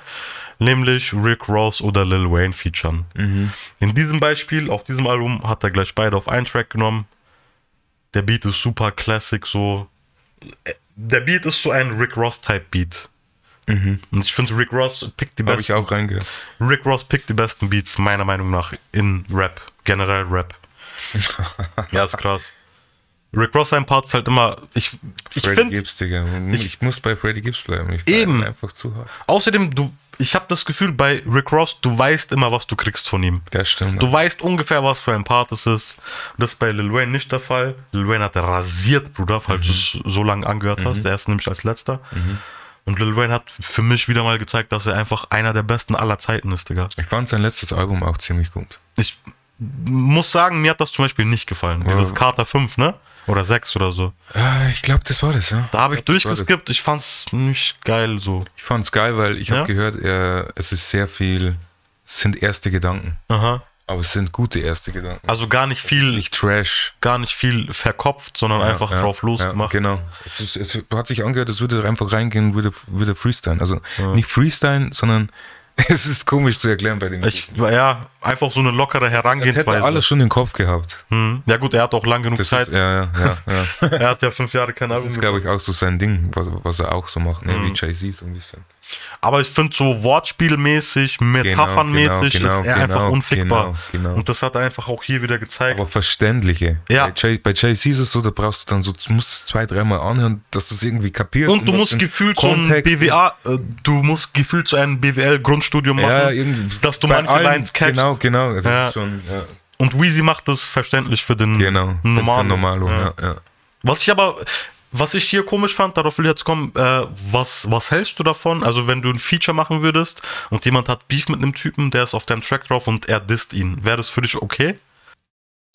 S1: Nämlich Rick Ross oder Lil Wayne featuren.
S2: Mhm.
S1: In diesem Beispiel, auf diesem Album, hat er gleich beide auf einen Track genommen. Der Beat ist super classic, so. Äh, Der Beat ist so ein Rick Ross-Type-Beat. Und ich finde, Rick Ross pickt die
S2: Habe
S1: besten
S2: Mhm. ich auch reingehört.
S1: Rick Ross pickt die besten Beats, meiner Meinung nach, in Rap. Generell Rap. ja, ist krass. Rick Ross, sein Part ist halt immer. Ich, ich
S2: Freddy
S1: finde,
S2: Gibbs, Digga. Ich, muss bei Freddy Gibbs bleiben. Ich
S1: Eben.
S2: bleib Einfach zu hart.
S1: außerdem, du, ich habe das Gefühl, bei Rick Ross, du weißt immer, was du kriegst von ihm.
S2: Das stimmt.
S1: Du weißt ungefähr, was für ein Part es ist. Das ist bei Lil Wayne nicht der Fall. Lil Wayne hat rasiert, Bruder, falls du es so lange angehört hast. Der ist nämlich als letzter. Und Lil Wayne hat für mich wieder mal gezeigt, dass er einfach einer der besten aller Zeiten ist, Digga.
S2: Ich fand sein letztes Album auch ziemlich gut.
S1: ich muss sagen, mir hat das zum Beispiel nicht gefallen. Dieses Kater 5, ne? Oder 6 oder so.
S2: Ah, Ich glaube, das war das, ja.
S1: Da habe ich
S2: glaub, das war das.
S1: durchgeskippt. Ich fand's nicht geil so.
S2: Ich fand's geil, weil ich
S1: Ja?
S2: habe gehört, äh, es ist sehr viel, es sind erste Gedanken.
S1: Aha.
S2: Aber es sind gute erste Gedanken.
S1: Also gar nicht viel,
S2: Nicht Trash.
S1: gar nicht viel verkopft, sondern einfach
S2: Ja,
S1: drauf
S2: Ja,
S1: losgemacht.
S2: genau. Es, ist, es hat sich angehört, es würde einfach reingehen, würde, würde freestylen. Also nicht freestylen, sondern es ist komisch zu erklären bei dem.
S1: Ich, ja, einfach so eine lockere
S2: das hätte er
S1: Herangehensweise.
S2: alles schon im Kopf gehabt.
S1: Hm. Ja gut, er hat auch lang genug
S2: Das
S1: Zeit.
S2: ist, ja, ja, ja, ja.
S1: Er hat ja fünf Jahre keine
S2: Das
S1: Ahnung. Hm.
S2: ist, glaube ich, auch so sein Ding, was, was er auch so macht, ne? wie Jay-Z so ein bisschen.
S1: Aber ich finde so wortspielmäßig, metaphernmäßig
S2: genau,
S1: ist er
S2: genau,
S1: einfach
S2: genau,
S1: unfickbar.
S2: genau, genau.
S1: Und das hat er einfach auch hier wieder gezeigt.
S2: Aber verständliche.
S1: Ja.
S2: Bei Jay- Bei JC ist es so, da brauchst du dann so, du musst es zwei, dreimal anhören, dass du es irgendwie kapierst.
S1: und du
S2: was
S1: musst
S2: im
S1: gefühlt so ein
S2: Kontext-
S1: BWA, äh, du musst gefühlt so ein BWL-Grundstudium machen,
S2: Ja, irgendwie.
S1: dass du
S2: bei
S1: manche
S2: allen,
S1: Lines catchst.
S2: Genau, genau. Das
S1: Ja.
S2: ist schon, ja,
S1: Und Weezy macht das verständlich für den
S2: genau.
S1: normalen.
S2: Normalo,
S1: Hm. Ja.
S2: ja. ja.
S1: Was ich aber, was ich hier komisch fand, darauf will ich jetzt kommen, äh, was, was hältst du davon? Also, wenn du ein Feature machen würdest und jemand hat Beef mit einem Typen, der ist auf deinem Track drauf und er disst ihn, wäre das für dich okay?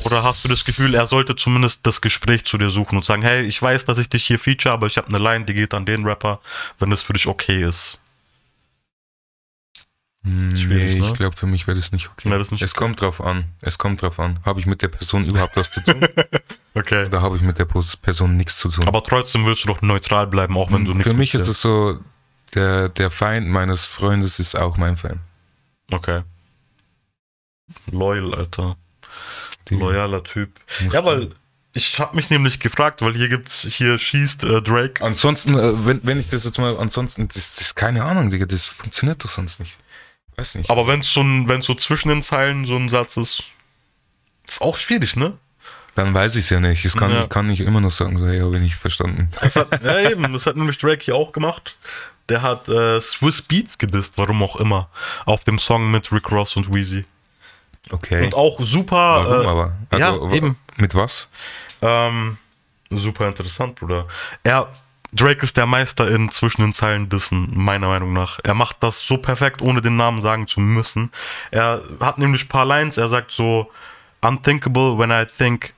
S1: Oder hast du das Gefühl, er sollte zumindest das Gespräch zu dir suchen und sagen, hey, ich weiß, dass ich dich hier feature, aber ich habe eine Line, die geht an den Rapper, wenn das für dich okay ist.
S2: Hm,
S1: Schwierig,
S2: nee,
S1: ne?
S2: ich glaube, für mich wäre das nicht okay.
S1: Wäre das nicht
S2: es kommt drauf an. Es kommt drauf an. Habe ich mit der Person überhaupt was zu tun?
S1: Okay.
S2: Oder habe ich mit der Pos- Person nichts zu tun?
S1: Aber trotzdem willst du doch neutral bleiben, auch wenn du nichts
S2: Hm, für mich
S1: mit
S2: ist
S1: dir-
S2: es so, der, der Feind meines Freundes ist auch mein Feind.
S1: Okay. Loyal, Alter.
S2: Die-
S1: Loyaler Typ.
S2: Muss
S1: Ja, weil ich habe mich nämlich gefragt, weil hier gibt's, hier schießt äh, Drake.
S2: Ansonsten, äh, wenn, wenn ich das jetzt mal, ansonsten, das, das ist keine Ahnung, Digga, das funktioniert doch sonst nicht. Weiß nicht.
S1: Aber wenn es so, ein- wenn's so zwischen den Zeilen so ein Satz ist, ist auch schwierig, ne?
S2: Dann weiß ich es ja nicht. Ich kann,
S1: Ja.
S2: ich kann nicht immer noch sagen, so, hey, habe ich nicht verstanden.
S1: Das hat, ja, eben, das hat nämlich Drake hier auch gemacht. Der hat äh, Swiss Beats gedisst, warum auch immer, auf dem Song mit Rick Ross und Wheezy.
S2: Okay.
S1: Und auch super.
S2: Warum
S1: äh,
S2: aber? Also,
S1: ja,
S2: wa-
S1: eben.
S2: Mit was?
S1: Ähm, super interessant, Bruder. Er, Drake ist der Meister in zwischen den Zeilen Dissen, meiner Meinung nach. Er macht das so perfekt, ohne den Namen sagen zu müssen. Er hat nämlich ein paar Lines, er sagt so, unthinkable when I think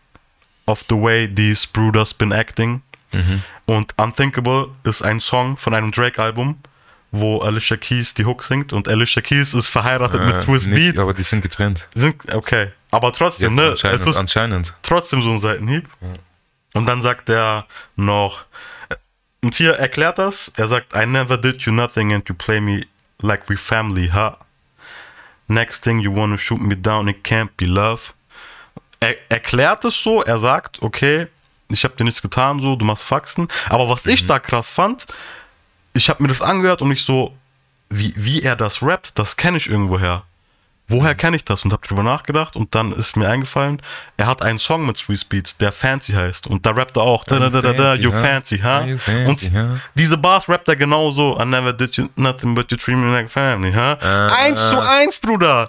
S1: of the way these Bruders been acting. Und Unthinkable ist ein Song von einem Drake-Album, wo Alicia Keys die Hook singt und Alicia Keys ist verheiratet mit
S2: Äh,
S1: Swiss
S2: nicht,
S1: Beat.
S2: Aber die sind getrennt.
S1: Sind- Okay, aber trotzdem, ne?
S2: anscheinend.
S1: Es ist
S2: anscheinend.
S1: trotzdem so einen Seitenhieb. Und dann sagt er noch, und hier erklärt das, er sagt, I never did you nothing and you play me like we family, ha. Next thing you wanna shoot me down, it can't be love. Er erklärt es so, er sagt, okay, ich habe dir nichts getan, so, du machst Faxen. Aber was
S2: Mhm.
S1: ich da krass fand, ich habe mir das angehört und ich so, wie, wie er das rappt, das kenne ich irgendwoher. Woher
S2: Mhm.
S1: kenne ich das? Und habe drüber nachgedacht und dann ist mir eingefallen, er hat einen Song mit Sweet Beats, der Fancy heißt. Und da rappt er auch, da, da, da, da, da,
S2: Fancy,
S1: you
S2: huh?
S1: fancy, huh?
S2: You fancy,
S1: und
S2: huh?
S1: diese Bars rappt er genauso. I never did you nothing but you treat me like family, huh?
S2: Ah.
S1: eins zu eins, Bruder!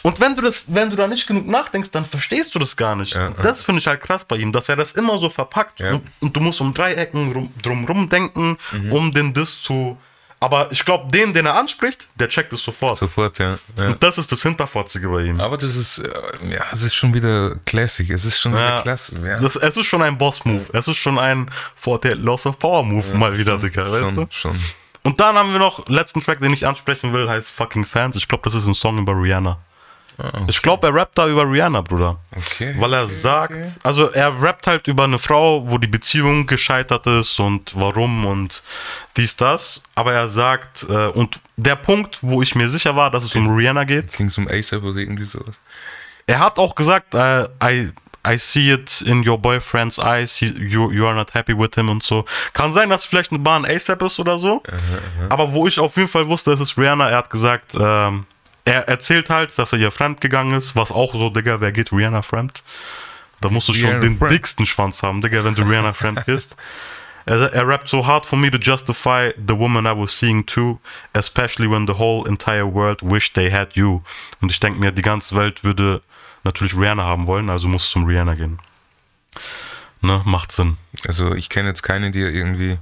S1: und wenn du das, wenn du da nicht genug nachdenkst, dann verstehst du das gar nicht.
S2: Ja,
S1: Und
S2: ja.
S1: das finde ich halt krass bei ihm, dass er das immer so verpackt.
S2: Ja. Mhm.
S1: Und, und du musst um Dreiecken rum, drumrum denken, um den Diss zu. Aber ich glaube, den, den er anspricht, der checkt es sofort.
S2: Sofort, ja. ja.
S1: Und das ist das Hinterfotzige bei ihm.
S2: Aber das ist, äh, ja, es ist schon wieder Classic. Es ist schon wieder
S1: Ja.
S2: Klasse. Ja.
S1: Das, es ist schon ein Boss-Move. Es ist schon ein Vorteil Loss of Power-Move, mal wieder, Digga. Weißt du?
S2: schon, schon.
S1: Und dann haben wir noch letzten Track, den ich ansprechen will, heißt Fucking Fans. Ich glaube, das ist ein Song über Rihanna. Ich glaube, er rappt da über Rihanna, Bruder.
S2: Ah, Okay.
S1: Weil er sagt, also er rappt halt über eine Frau, wo die Beziehung gescheitert ist und warum und dies, das. Aber er sagt, äh, und der Punkt, wo ich mir sicher war, dass es um Rihanna geht,
S2: Ging es um ASAP oder irgendwie sowas?
S1: er hat auch gesagt, äh, I, I see it in your boyfriend's eyes, he, you, you are not happy with him und so. Kann sein, dass vielleicht eine Bahn ASAP ist oder so. Aber wo ich auf jeden Fall wusste, es ist Rihanna, er hat gesagt, ähm, er erzählt halt, dass er ihr fremd gegangen ist, was auch so, Digga, wer geht Rihanna fremd? Da musst du schon
S2: Rihanna
S1: den
S2: fremd.
S1: dicksten Schwanz haben, Digga, wenn du Rihanna fremd bist. Er, er rappt so hard for me to justify the woman I was seeing too, especially when the whole entire world wished they had you. Und ich denke mir, die ganze Welt würde natürlich Rihanna haben wollen, also muss es zum Rihanna gehen. Ne, macht Sinn.
S2: Also ich kenne jetzt keine, die irgendwie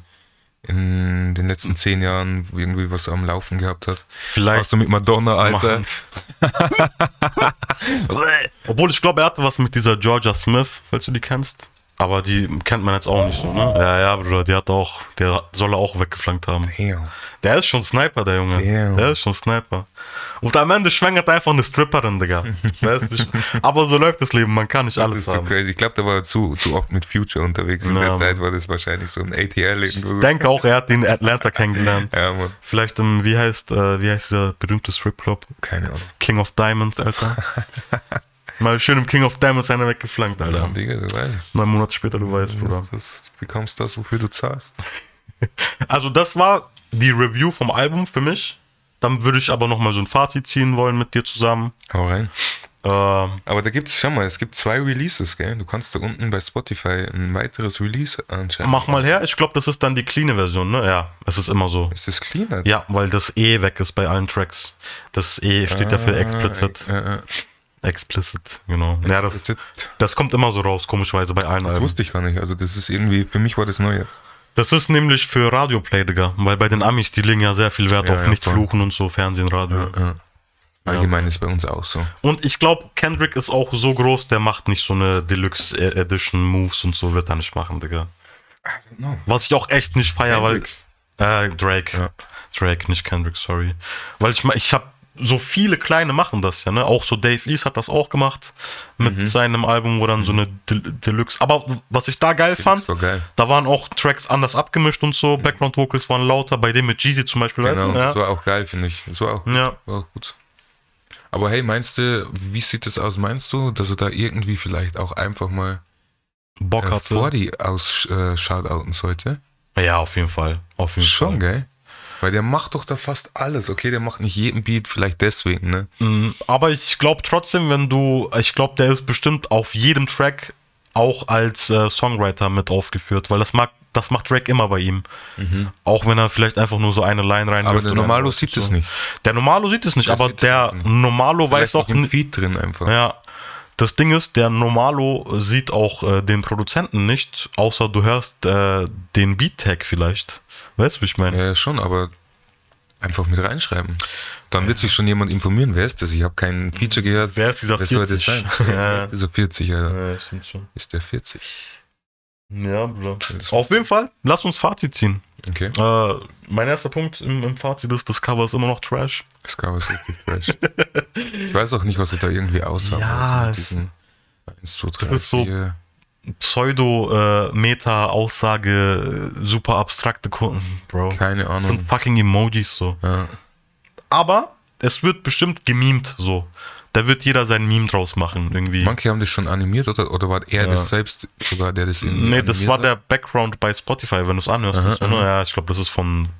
S2: in den letzten zehn Jahren irgendwie was am Laufen gehabt hat.
S1: Vielleicht
S2: Hast du mit Madonna, Alter?
S1: machen. Obwohl ich glaube, er hatte was mit dieser Georgia Smith, falls du die kennst. Aber die kennt man jetzt auch nicht so, ne? Ja, ja, Bruder, die hat auch, der soll er auch weggeflankt haben.
S2: Damn.
S1: Der ist schon Sniper, der Junge.
S2: Damn.
S1: Der ist schon Sniper. Und am Ende schwängert einfach eine Stripperin, Digga. Ich weiß nicht. Aber so läuft das Leben, man kann nicht
S2: Das
S1: alles
S2: ist so
S1: haben.
S2: crazy. Ich glaube, der war zu, zu oft mit Future unterwegs. In
S1: Ja,
S2: der
S1: Mann.
S2: Zeit war das wahrscheinlich so ein ATL. Ich
S1: Ich denke auch, er hat den in Atlanta kennengelernt.
S2: Ja, Mann.
S1: Vielleicht im, wie heißt, äh, wie heißt dieser berühmte Stripclub?
S2: Keine Ahnung.
S1: King of Diamonds, Alter. Mal schön im King of Diamonds einer weggeflankt, Alter.
S2: Digga, du weißt.
S1: Neun Monate später, du weißt, Bruder.
S2: Das, das bekommst das, wofür du zahlst.
S1: Also das war die Review vom Album für mich. Dann würde ich aber nochmal so ein Fazit ziehen wollen mit dir zusammen.
S2: Hau rein.
S1: Ähm,
S2: Aber da gibt's, schau mal, es gibt zwei Releases, gell? Du kannst da unten bei Spotify ein weiteres Release anschauen.
S1: mach mal her. Ich glaube, das ist dann die cleane Version, ne? Ja, es ist immer so.
S2: Ist das cleaner?
S1: Ja, weil das E weg ist bei allen Tracks. Das E steht ja für explicit.
S2: Ah, Äh, äh,
S1: Explicit, genau. Ja, das,
S2: Explicit.
S1: das kommt immer so raus, komischweise bei allen
S2: das
S1: Alben.
S2: wusste ich gar nicht. Also das ist irgendwie, für mich war das neu.
S1: Das ist nämlich für Radioplay, Digga. Weil bei den Amis, die legen ja sehr viel Wert
S2: Ja,
S1: auf
S2: ja,
S1: nicht
S2: voll.
S1: fluchen und so, Fernsehen, Radio.
S2: Allgemein ist bei uns auch so.
S1: Und ich glaube, Kendrick ist auch so groß, der macht nicht so eine Deluxe äh, Edition Moves und so, wird er nicht machen, Digga.
S2: know.
S1: Was ich auch echt nicht feier, weil.
S2: Kendrick.
S1: Äh, Drake.
S2: Ja.
S1: Drake, nicht Kendrick, sorry. Weil ich, ma- ich habe so viele kleine machen das ja, ne? Auch so Dave East hat das auch gemacht mit
S2: Mhm.
S1: seinem Album, wo dann so eine Del Deluxe. Aber was ich da geil fand,
S2: war geil.
S1: da waren auch Tracks anders abgemischt und so. Background Vocals waren lauter, bei dem mit Jeezy zum Beispiel.
S2: Mhm. Genau,
S1: weißt
S2: das
S1: du?
S2: war auch geil, finde ich. Das war auch,
S1: Ja.
S2: war auch gut. Aber hey, meinst du, wie sieht das aus? Meinst du, dass er da irgendwie vielleicht auch einfach mal
S1: ja. Bock
S2: äh, vor
S1: hatte.
S2: die ausschauten sollte?
S1: Ja, auf jeden Fall. Auf jeden
S2: Schon,
S1: Fall.
S2: gell? Weil der macht doch da fast alles. Okay, der macht nicht jeden Beat, vielleicht deswegen, ne?
S1: Mm, Aber ich glaube trotzdem, wenn du, ich glaube, der ist bestimmt auf jedem Track auch als äh, Songwriter mit aufgeführt, weil das mag, das macht Drake immer bei ihm. Auch wenn er vielleicht einfach nur so eine Line rein.
S2: Mhm. Aber
S1: wirft
S2: der
S1: oder
S2: Normalo
S1: eine-
S2: sieht
S1: genau, so.
S2: es nicht.
S1: Der Normalo sieht es nicht,
S2: Der
S1: aber
S2: sieht es
S1: der
S2: nicht.
S1: Normalo weiß
S2: Vielleicht
S1: auch
S2: noch im
S1: nicht.
S2: Feed drin einfach.
S1: Ja. Das Ding ist, der Normalo sieht auch äh, den Produzenten nicht, außer du hörst äh, den Beat-Tag vielleicht. Weißt du, wie ich meine?
S2: Ja, schon, aber einfach mit reinschreiben. Dann wird sich schon jemand informieren, wer ist das? Ich habe keinen Feature gehört.
S1: Wer ist dieser
S2: soll das
S1: 40?
S2: sein?
S1: Ja.
S2: Wer ist dieser 40, Alter?
S1: Ja, stimmt schon.
S2: Ist der 40?
S1: Ja, Bruder. Auf jeden Fall, lass uns Fazit ziehen.
S2: Okay.
S1: Äh, mein erster Punkt im, im Fazit ist, das Cover ist immer noch Trash.
S2: Das gab es richtig fresh. Ich weiß auch nicht, was er da irgendwie aussah.
S1: Ja,
S2: Mit
S1: es-
S2: diesen 1, 2, 3,
S1: Das ist so-
S2: 4.
S1: Pseudo-Meta-Aussage, äh, super abstrakte Kunden, Bro.
S2: Keine
S1: Das sind
S2: Ahnung.
S1: fucking Emojis so.
S2: Ja.
S1: Aber es wird bestimmt gemimt so. Da wird jeder sein Meme draus machen irgendwie.
S2: Manche haben das schon animiert oder, oder war er
S1: Ja.
S2: das selbst sogar, der das irgendwie
S1: Nee, das
S2: animiert
S1: war
S2: hat?
S1: der Background bei Spotify, wenn du es anhörst. Das- ja, ich glaube, das ist von,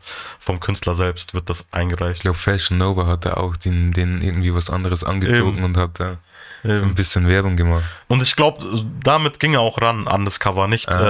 S1: vom Künstler selbst, wird das
S2: Ich
S1: eingereicht.
S2: glaube, Fashion Nova hat da auch den, den irgendwie was anderes angezogen
S1: Eben.
S2: und hat da so
S1: Eben.
S2: ein bisschen Werbung gemacht.
S1: Und ich glaube, damit ging er auch ran an das Cover. Nicht, äh, nicht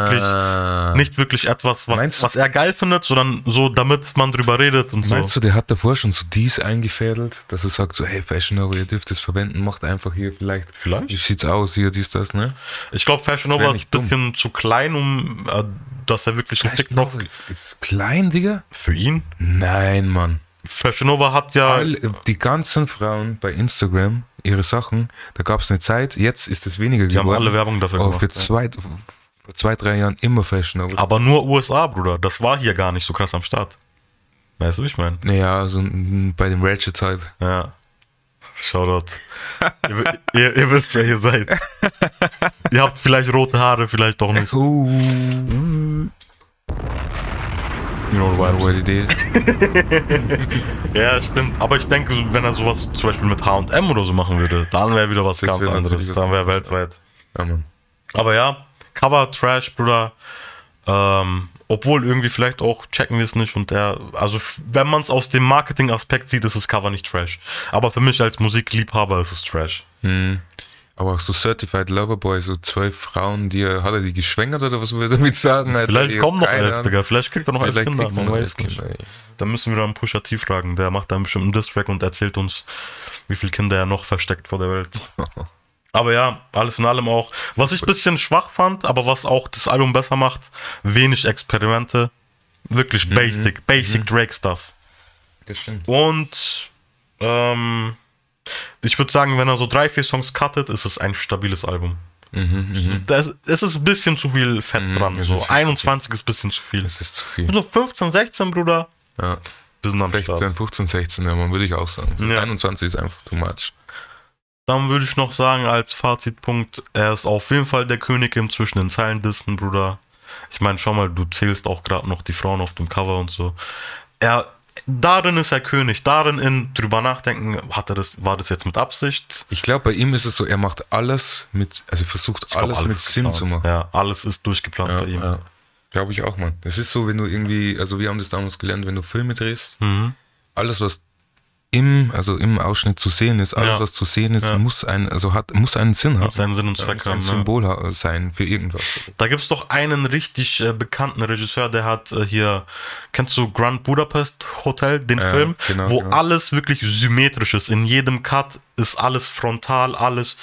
S1: wirklich
S2: Ah.
S1: nicht wirklich etwas, was,
S2: Meinst-
S1: was er geil findet, sondern so, damit man drüber redet und
S2: Meinst
S1: so.
S2: du, der hat davor schon so dies eingefädelt, dass er sagt so, hey Fashion Nova, ihr dürft es verwenden, macht einfach hier vielleicht.
S1: Vielleicht.
S2: Wie sieht's aus, hier, dies, das, ne?
S1: Ich glaube, Fashion
S2: wär
S1: Nova ist
S2: nicht
S1: ein bisschen zu klein, um äh, dass er wirklich einen dicken Kopf
S2: ist, ist klein, Digga?
S1: Für ihn?
S2: Nein, Mann.
S1: Fashion Nova hat ja.
S2: All, die ganzen Frauen bei Instagram, ihre Sachen, da gab es eine Zeit, jetzt ist es weniger
S1: haben
S2: geworden.
S1: alle Werbung dafür
S2: aber
S1: gemacht,
S2: Für
S1: ja.
S2: zwei, vor zwei, drei Jahren immer Fashion Nova.
S1: aber nur USA, Bruder. Das war hier gar nicht so krass am Start. Weißt du, wie ich meine?
S2: Naja, also mm, bei dem Ratchet halt.
S1: Ja. Shoutout. ihr, ihr, ihr wisst, wer ihr seid. ihr habt vielleicht rote Haare, vielleicht auch nicht.
S2: Uh,
S1: You know what I mean.
S2: what it is.
S1: Ja, stimmt. Aber ich denke, so, wenn er sowas zum Beispiel mit H&M oder so machen würde, dann wäre wieder was
S2: Das
S1: ganz
S2: wäre
S1: anderes.
S2: natürlich was
S1: Dann wäre
S2: anderes,
S1: weltweit.
S2: Ja, Mann.
S1: Aber ja, Cover Trash, Bruder. Ähm, obwohl irgendwie vielleicht auch checken wir es nicht und der, also f- wenn man es aus dem Marketing-Aspekt sieht, ist das Cover nicht Trash. Aber für mich als Musikliebhaber ist es Trash.
S2: Aber auch so Certified Loverboy, so zwölf Frauen, die er, hat er die geschwängert oder was will er damit sagen? Alter? Ich
S1: Vielleicht
S2: hab
S1: kommen noch
S2: keine
S1: elf,
S2: Ahnung.
S1: Digga. Vielleicht kriegt er noch elf
S2: Vielleicht
S1: Kinder.
S2: kriegst du
S1: Man
S2: noch
S1: weiß
S2: elf
S1: nicht.
S2: Kinder. ey.
S1: Da müssen wir dann Pusha T fragen. Der macht dann bestimmt einen Distrack und erzählt uns, wie viele Kinder er noch versteckt vor der Welt. Aber ja, alles in allem auch. Was ich ein bisschen schwach fand, aber was auch das Album besser macht, wenig Experimente.
S2: Mhm.
S1: Wirklich basic, basic Drake-Stuff.
S2: Das stimmt.
S1: Und ähm, ich würde sagen, wenn er so drei, vier Songs cuttet, ist es ein stabiles Album.
S2: Mhm,
S1: Das, es ist ein bisschen zu viel Fett dran.
S2: es
S1: So.
S2: ist viel
S1: 21 ist ein bisschen zu viel.
S2: Das ist zu viel.
S1: So 15, 16, Bruder,
S2: Ja.
S1: wir sind am
S2: Vielleicht
S1: Start.
S2: dann 15, 16, ja, man würde ich auch sagen.
S1: Ja.
S2: 21 ist einfach too much.
S1: Dann würde ich noch sagen, als Fazitpunkt, er ist auf jeden Fall der König im zwischen den Zeilen Dissen, Bruder. Ich meine, schau mal, du zählst auch gerade noch die Frauen auf dem Cover und so. Er, darin ist er König. Darin in drüber nachdenken, hat er das, war das jetzt mit Absicht?
S2: Ich glaube, bei ihm ist es so, er macht alles mit, also versucht
S1: glaub,
S2: alles, mit
S1: ist
S2: Sinn
S1: geplant.
S2: zu machen.
S1: Ja, alles ist durchgeplant
S2: Ja,
S1: bei ihm.
S2: ja. Glaube ich auch, Mann. Es ist so, wenn du irgendwie, also wir haben das damals gelernt, wenn du Filme drehst,
S1: Mhm.
S2: alles, was im, also im Ausschnitt zu sehen ist, alles,
S1: Ja.
S2: was zu sehen ist,
S1: Ja.
S2: muss ein, also hat, muss einen Sinn haben.
S1: Seinen Sinn und Zweck
S2: muss ein
S1: haben. ne? ja.
S2: Symbol ha- sein für irgendwas.
S1: Da gibt es doch einen richtig äh, bekannten Regisseur, der hat äh, hier, kennst du Grand Budapest Hotel, den
S2: Ja,
S1: Film,
S2: genau,
S1: wo
S2: genau.
S1: alles wirklich symmetrisch ist. In jedem Cut ist alles frontal, alles.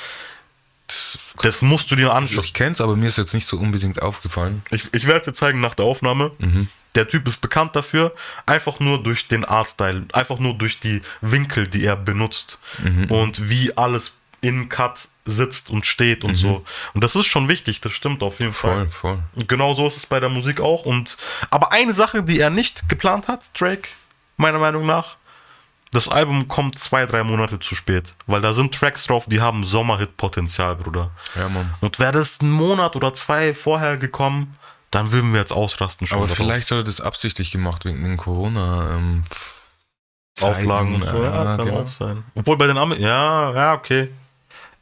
S1: Das musst du dir anschauen.
S2: Ich kenn's, aber mir ist jetzt nicht so unbedingt aufgefallen.
S1: Ich, ich werde dir zeigen nach der Aufnahme.
S2: Mhm.
S1: Der Typ ist bekannt dafür, einfach nur durch den Artstyle, einfach nur durch die Winkel, die er benutzt
S2: Mhm.
S1: und wie alles in Cut sitzt und steht und so. Und das ist schon wichtig, das stimmt auf jeden Fall.
S2: Mhm. Voll, voll.
S1: Genau so ist es bei der Musik auch. Und, aber eine Sache, die er nicht geplant hat, Drake, meiner Meinung nach, das Album kommt zwei, drei Monate zu spät. Weil da sind Tracks drauf, die haben Sommerhit-Potenzial, Bruder.
S2: Ja, Mann.
S1: Und wäre das einen Monat oder zwei vorher gekommen, dann würden wir jetzt ausrasten schon.
S2: Aber
S1: darauf.
S2: vielleicht hat er das absichtlich gemacht wegen den Corona. Ähm, F-
S1: Auflagen und
S2: Zeiten.
S1: so. Ja,
S2: Ja,
S1: kann
S2: genau.
S1: auch sein. Obwohl bei den Amis, ja, ja, okay.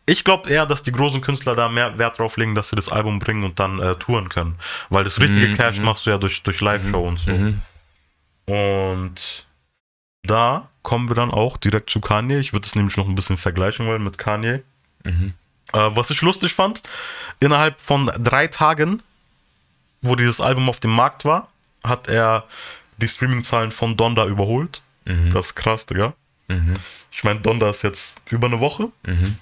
S1: Ich glaube eher, dass die großen Künstler da mehr Wert drauf legen, dass sie das Album bringen und dann äh, touren können. Weil das richtige
S2: Mhm,
S1: Cash
S2: mhm.
S1: machst du ja durch, durch Live-Show und so.
S2: Mhm.
S1: Und da kommen wir dann auch direkt zu Kanye. Ich würde es nämlich noch ein bisschen vergleichen wollen mit Kanye.
S2: Mhm.
S1: Äh, was ich lustig fand, innerhalb von drei Tagen, wo dieses Album auf dem Markt war, hat er die Streaming-Zahlen von Donda überholt.
S2: Mhm.
S1: Das ist krass, Digga.
S2: Mhm.
S1: Ich meine, Donda ist jetzt über eine Woche
S2: Mhm.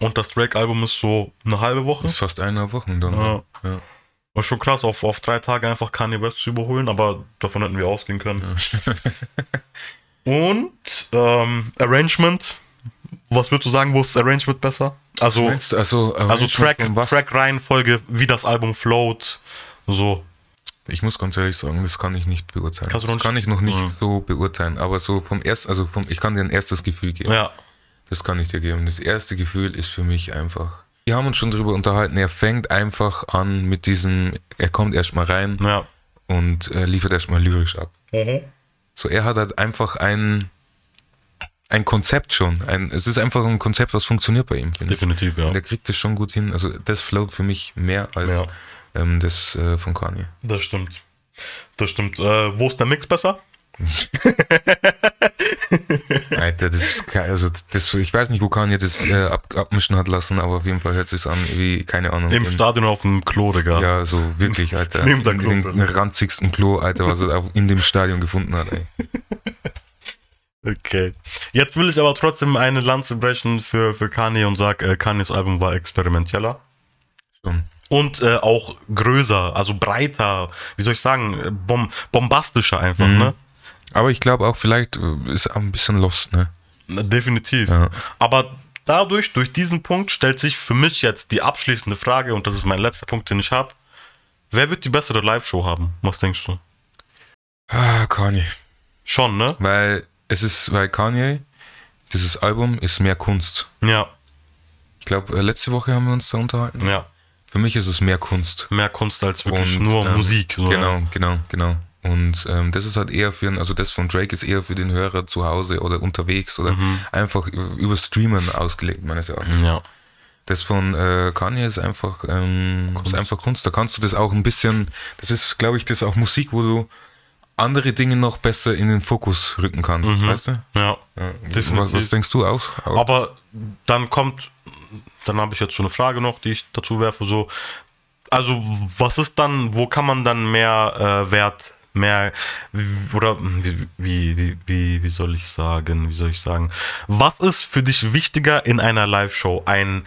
S1: und das Drake-Album ist so eine halbe Woche.
S2: Das ist fast eine Woche dann.
S1: Ja.
S2: Ja.
S1: War schon krass, auf, auf drei Tage einfach Kanye West zu überholen, aber davon hätten wir ausgehen können. Und ähm, Arrangement. Was würdest du sagen, wo ist das Arrangement besser? Also,
S2: Meinst du, also,
S1: also
S2: Arrangement
S1: Track,
S2: von was?
S1: Track-Reihenfolge, wie das Album float. So.
S2: Ich muss ganz ehrlich sagen, das kann ich nicht beurteilen.
S1: Kannst du noch
S2: das kann ich noch nicht
S1: Mhm.
S2: so beurteilen. Aber so vom ersten, also vom, ich kann dir ein erstes Gefühl geben.
S1: Ja.
S2: Das kann ich dir geben. Das erste Gefühl ist für mich einfach. Wir haben uns schon drüber unterhalten. Er fängt einfach an mit diesem, er kommt erstmal rein
S1: Ja.
S2: und äh, liefert erstmal lyrisch ab. Mhm. So, er hat halt einfach ein, ein Konzept schon. Ein, es ist einfach ein Konzept, was funktioniert bei ihm. finde ich.
S1: Definitiv, ja.
S2: Und er kriegt das schon gut hin. Also, das flowt für mich mehr als
S1: Ja.
S2: ähm, das äh, von Kanye.
S1: Das stimmt. Das stimmt. Äh, wo ist der Mix besser?
S2: Alter, das ist ke- also das, ich weiß nicht, wo Kanye das äh, ab, abmischen hat lassen, aber auf jeden Fall hört es an wie, keine Ahnung.
S1: Im
S2: in-
S1: Stadion auf dem Klo, Digga.
S2: Ja, so wirklich, Alter.
S1: Neben der
S2: In
S1: Klo
S2: den
S1: drin.
S2: ranzigsten Klo, Alter, was er auch in dem Stadion gefunden hat, ey.
S1: Okay. Jetzt will ich aber trotzdem eine Lanze brechen für, für Kanye und sag, äh, Kanyes Album war experimenteller.
S2: Schon.
S1: Und äh, auch größer, also breiter, wie soll ich sagen, äh, bom bombastischer einfach,
S2: Mhm.
S1: ne?
S2: Aber ich glaube auch, vielleicht äh, ist er ein bisschen lost, ne?
S1: Na, Definitiv. Aber dadurch, durch diesen Punkt, stellt sich für mich jetzt die abschließende Frage, und das ist mein letzter Punkt, den ich habe. Wer wird die bessere Live-Show haben? Was denkst du?
S2: Ah, Kanye.
S1: Schon, ne?
S2: Weil es ist, weil Kanye, dieses Album ist mehr Kunst.
S1: Ja,
S2: Ich glaube, äh, letzte Woche haben wir uns da unterhalten.
S1: ja.
S2: Für mich ist es mehr Kunst.
S1: Mehr Kunst als wirklich
S2: Und,
S1: nur
S2: ähm,
S1: Musik. so,
S2: genau,
S1: ja.
S2: genau, genau. Und ähm, das ist halt eher für, einen- also das von Drake ist eher für den Hörer zu Hause oder unterwegs oder
S1: Mhm.
S2: einfach über Streamen ausgelegt, meines Erachtens.
S1: Ja.
S2: Das von äh, Kanye ist einfach, ähm, ist einfach Kunst. Da kannst du das auch ein bisschen, das ist, glaube ich, das auch Musik, wo du andere Dinge noch besser in den Fokus rücken kannst, weißt du?
S1: Ja,
S2: Ja, was,
S1: Mhm. definitiv.
S2: was denkst du aus?
S1: Aber dann kommt, dann habe ich jetzt so eine Frage noch, die ich dazu werfe, so, also was ist dann, wo kann man dann mehr äh, Wert, mehr, w- oder wie, wie, wie, wie, wie soll ich sagen, wie soll ich sagen, was ist für dich wichtiger in einer Live-Show, ein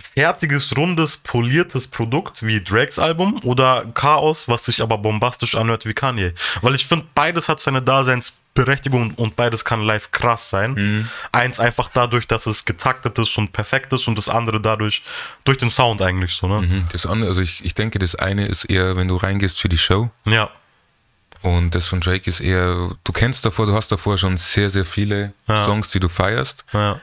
S1: fertiges, rundes, poliertes Produkt wie Drakes Album oder Chaos, was sich aber bombastisch anhört wie Kanye. Weil ich finde, beides hat seine Daseinsberechtigung und beides kann live krass sein. Eins einfach dadurch, dass es getaktet ist und perfekt ist und das andere dadurch, durch den Sound eigentlich so, ne?
S2: Das andere, also ich, ich denke, das eine ist eher, wenn du reingehst für die Show
S1: Ja,
S2: und das von Drake ist eher, du kennst davor, du hast davor schon sehr, sehr viele
S1: Ja.
S2: Songs, die du feierst.
S1: ja,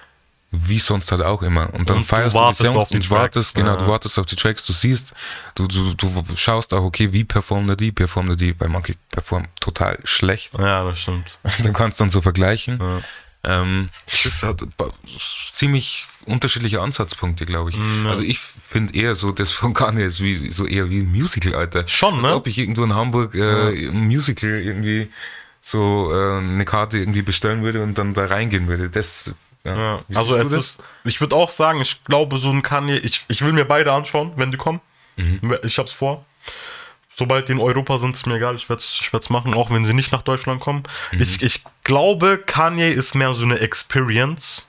S2: wie sonst halt auch immer. Und dann
S1: Und du
S2: feierst du,
S1: wartest
S2: die Songs
S1: auf die
S2: und
S1: Tracks.
S2: wartest, genau, du
S1: Ja.
S2: wartest auf die Tracks, du siehst, du, du, du schaust auch, okay, wie performt er die, performt er die, bei Monkey performt total schlecht.
S1: ja, das stimmt.
S2: Du kannst dann so vergleichen. Ähm, es ist halt, ziemlich unterschiedliche Ansatzpunkte, glaube ich.
S1: Mm,
S2: Also ich finde eher so das von Kanye ist wie, so eher wie ein Musical, Alter.
S1: Schon, ne?
S2: Als ob ich irgendwo in Hamburg äh, ein Musical irgendwie so äh, eine Karte irgendwie bestellen würde und dann da reingehen würde. Das,
S1: Ja,
S2: Wie
S1: also
S2: siehst du
S1: etwas, ich würde auch sagen, ich glaube, so ein Kanye, ich, ich will mir beide anschauen, wenn die kommen.
S2: Mhm.
S1: Ich hab's vor. Sobald die in Europa sind, ist mir egal, ich werde ich werd's machen, auch wenn sie nicht nach Deutschland kommen.
S2: Mhm.
S1: Ich, ich glaube, Kanye ist mehr so eine Experience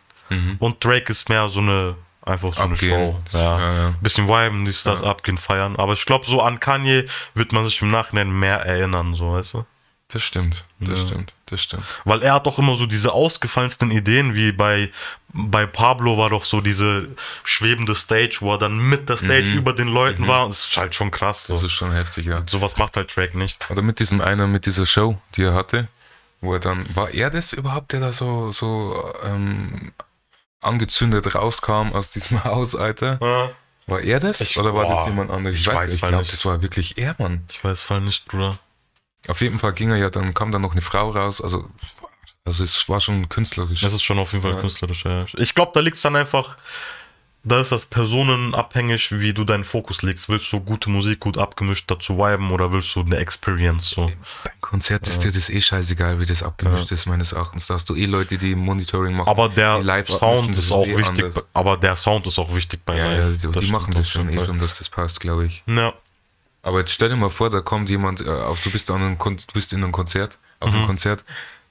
S1: und Drake ist mehr so eine, einfach so
S2: Mhm. Abgehen.
S1: eine Show. Ja.
S2: Ja, ja.
S1: Bisschen viben, die Stars abgehen, feiern. Aber ich glaube, so an Kanye wird man sich im Nachhinein mehr erinnern, so, weißt du?
S2: Das stimmt, das stimmt, das stimmt.
S1: Weil er hat doch immer so diese ausgefallensten Ideen, wie bei, bei Pablo war doch so diese schwebende Stage, wo er dann mit der Stage
S2: Mhm.
S1: über den Leuten war. Das ist halt schon krass. So.
S2: Das ist schon heftig, ja.
S1: Sowas macht halt Drake nicht.
S2: Oder mit diesem einer, mit dieser Show, die er hatte, wo er dann, war er das überhaupt, der da so, so ähm, angezündet rauskam aus diesem Haus, Alter? War er das?
S1: Ich-
S2: oder war
S1: boah,
S2: das jemand anderes?
S1: ich weiß
S2: nicht, ich
S1: voll
S2: glaube,
S1: nicht.
S2: das war wirklich er, Mann.
S1: Ich weiß voll nicht, Bruder.
S2: Auf jeden Fall ging er ja, dann kam da noch eine Frau raus, also, also es war schon künstlerisch.
S1: Das ist schon auf jeden Fall künstlerisch. Ja. Ich glaube, da liegt es dann einfach, da ist das personenabhängig, wie du deinen Fokus legst. Willst du gute Musik gut abgemischt dazu viben oder willst du eine Experience? So?
S2: Beim Konzert ist dir das eh scheißegal, wie das abgemischt ist, meines Erachtens. Da hast du eh Leute, die Monitoring machen.
S1: Aber der
S2: die live abmischen,
S1: Sound
S2: das
S1: ist auch
S2: eh
S1: wichtig.
S2: anders.
S1: Aber der Sound ist auch wichtig bei
S2: Ja,
S1: Live.
S2: ja, die, die
S1: stimmt
S2: machen
S1: auf
S2: das schon
S1: jeden
S2: eh
S1: Fall.
S2: schon, dass das passt, glaube ich.
S1: Ja.
S2: Aber jetzt stell dir mal vor, da kommt jemand äh, auf, du bist, an einem Kon du bist in einem Konzert, auf
S1: Mhm.
S2: einem Konzert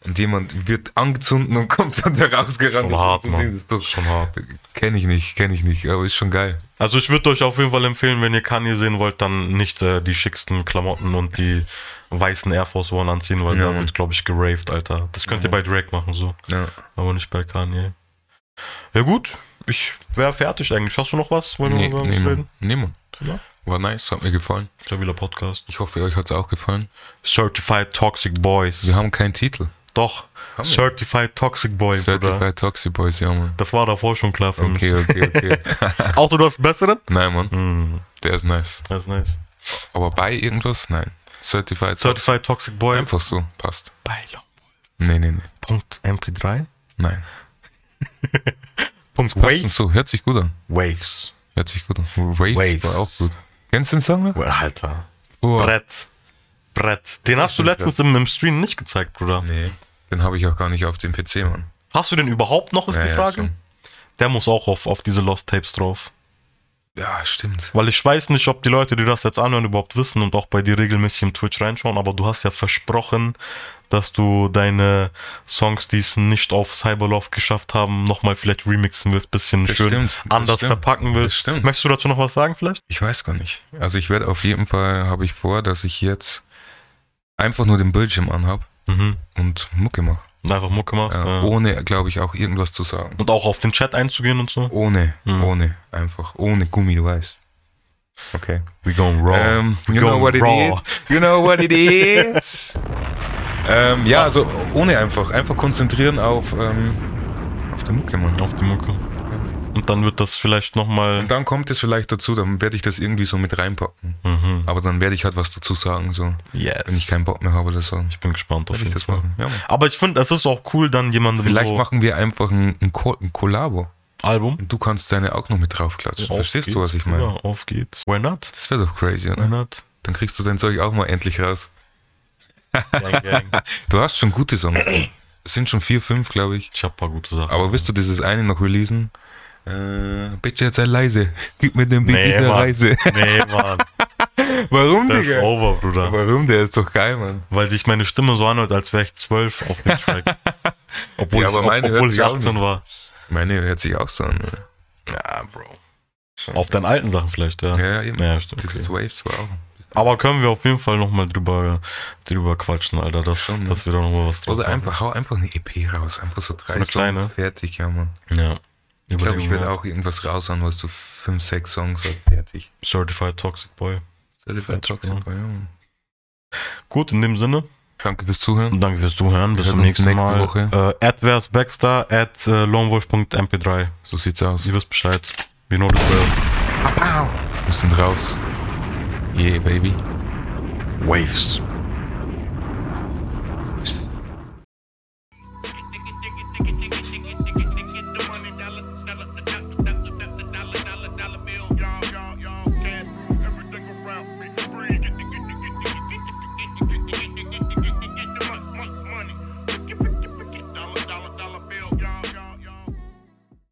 S2: und jemand wird angezündet und kommt dann da rausgerannt.
S1: Schon hart,
S2: so ein
S1: Mann.
S2: Ding, das ist doch,
S1: Schon hart.
S2: Kenn ich nicht, kenn ich nicht, aber ist schon geil.
S1: Also ich würde euch auf jeden Fall empfehlen, wenn ihr Kanye sehen wollt, dann nicht äh, die schicksten Klamotten und die weißen Air Force One anziehen, weil da wird, glaube ich, geraved, Alter. Das könnt ihr bei Drake machen, so.
S2: Ja.
S1: Aber nicht bei Kanye. Ja gut, ich wäre fertig eigentlich. Hast du noch was? Wollen
S2: Nee,
S1: wir über was
S2: nee, Mann.
S1: reden?
S2: nee, Mann.
S1: Ja.
S2: War nice, hat mir gefallen.
S1: Stabiler Podcast.
S2: Ich hoffe, euch hat es auch gefallen.
S1: Certified Toxic Boys.
S2: Wir haben keinen Titel.
S1: Doch.
S2: Haben wir.
S1: Certified Toxic Boy, Bruder. Mhm.
S2: Certified Toxic Boys, ja, Mann.
S1: Das war davor schon klar für
S2: Okay,
S1: mich.
S2: okay, okay.
S1: Außer du hast einen besseren?
S2: Nein, Mann.
S1: Mhm.
S2: Der ist nice.
S1: Das ist nice.
S2: Aber bei irgendwas? Nein. Certified Toxic.
S1: Certified Toxic Boy.
S2: Einfach so, passt.
S1: Bei
S2: Nee, nee, nee.
S1: Punkt MP3.
S2: Nein.
S1: Punkt
S2: Passt und so, hört sich gut an.
S1: Waves.
S2: Hört sich gut an. Wave
S1: Waves.
S2: war auch gut. Kennst du den Song noch?
S1: Well, Alter.
S2: Oh.
S1: Brett. Brett. Den hast du letztens im, im Stream nicht gezeigt, Bruder.
S2: Oh, Nee, den habe ich auch gar nicht auf dem PC, Mann.
S1: Hast du den überhaupt noch, ist
S2: Ja,
S1: die
S2: ja,
S1: Frage?
S2: schon.
S1: Der muss auch auf, auf diese Lost Tapes drauf.
S2: Ja, stimmt.
S1: Weil ich weiß nicht, ob die Leute, die das jetzt anhören, überhaupt wissen und auch bei dir regelmäßig im Twitch reinschauen, aber du hast ja versprochen, dass du deine Songs, die es nicht auf Cyberlove geschafft haben, nochmal vielleicht remixen willst, bisschen
S2: Das
S1: schön
S2: stimmt, das
S1: anders
S2: stimmt,
S1: verpacken
S2: das
S1: willst.
S2: stimmt.
S1: Möchtest du dazu noch was sagen vielleicht?
S2: Ich weiß gar nicht. Also ich werde auf jeden Fall, habe ich vor, dass ich jetzt einfach nur den Bildschirm anhab
S1: Mhm.
S2: und Mucke mache.
S1: Einfach Mucke machst.
S2: Ja,
S1: Ja.
S2: Ohne, glaube ich, auch irgendwas zu sagen.
S1: Und auch auf den Chat einzugehen und so.
S2: Ohne,
S1: Hm.
S2: ohne, einfach. Ohne Gummi, du weißt. Okay.
S1: We going raw.
S2: Ähm,
S1: We
S2: you know
S1: going
S2: what it
S1: raw.
S2: is. You know what it is. ähm, ja, also ohne einfach. Einfach konzentrieren auf, ähm, auf die Mucke, Mann.
S1: Auf die Mucke. Und dann wird das vielleicht nochmal.
S2: Und dann kommt es vielleicht dazu, dann werde ich das irgendwie so mit reinpacken.
S1: Mhm.
S2: Aber dann werde ich halt was dazu sagen, so.
S1: Yes.
S2: Wenn ich keinen Bock mehr habe oder so.
S1: Ich bin gespannt auf
S2: Werde ich
S1: jeden
S2: das
S1: Fall.
S2: machen. Ja, Mann.
S1: Aber ich finde, es ist auch cool, dann jemandem
S2: Vielleicht
S1: so
S2: machen wir einfach ein, ein, Ko ein Kollabo.
S1: Album.
S2: Und du kannst deine auch noch mit draufklatschen.
S1: Auf
S2: Verstehst du,
S1: geht's,
S2: was ich meine?
S1: Ja, Mhm. auf geht's. Why not?
S2: Das wäre doch crazy,
S1: Why
S2: oder?
S1: not?
S2: Dann kriegst du dein Zeug auch mal endlich raus.
S1: Gang, gang.
S2: Du hast schon gute Songs. Es sind schon vier, fünf, glaube ich.
S1: Ich hab paar gute Sachen.
S2: Aber willst du dieses eine noch releasen? Äh, bitte jetzt sei leise. Gib mir den Beat dieser
S1: Mann.
S2: Reise.
S1: Nee, Mann.
S2: Warum,
S1: Das ist
S2: Digga?
S1: over, Bruder.
S2: Warum? Der ist doch geil, Mann.
S1: Weil sich meine Stimme so anhört, als wäre ich zwölf auf dem Track. Obwohl,
S2: Ja, aber
S1: ich,
S2: meine
S1: obwohl
S2: hört sich
S1: ich
S2: auch
S1: 18 war.
S2: Meine hört sich auch so an. oder?
S1: Ja, Bro. Auf deinen alten Sachen vielleicht, ja.
S2: Ja, ja, eben.
S1: Ja, stimmt.
S2: Dieses
S1: Okay.
S2: Waves war auch.
S1: Aber können wir auf jeden Fall nochmal drüber, drüber quatschen, Alter, dass,
S2: Schon, ne?
S1: dass wir da nochmal was
S2: Oder
S1: machen.
S2: einfach, hau einfach eine EP raus. Einfach so drei
S1: Eine
S2: Songs.
S1: kleine?
S2: Fertig, ja, Mann.
S1: Ja.
S2: Ich glaube, ich
S1: Überlegen
S2: werde
S1: wir.
S2: auch irgendwas raushauen, was so fünf, sechs Songs hat. Fertig.
S1: Certified Toxic Boy.
S2: Certified Toxic,
S1: ja.
S2: ja, Mann.
S1: Gut, in dem Sinne.
S2: Danke fürs Zuhören.
S1: Und danke fürs Zuhören. Bis
S2: Wir
S1: zum
S2: hören uns
S1: nächsten Mal.
S2: nächste Woche.
S1: Äh, adverse Baxter at äh, lonewolf.mp3.
S2: So sieht's aus.
S1: Ihr wisst Bescheid. You know the drill.
S2: Wir sind raus. Yeah, baby.
S1: Waves.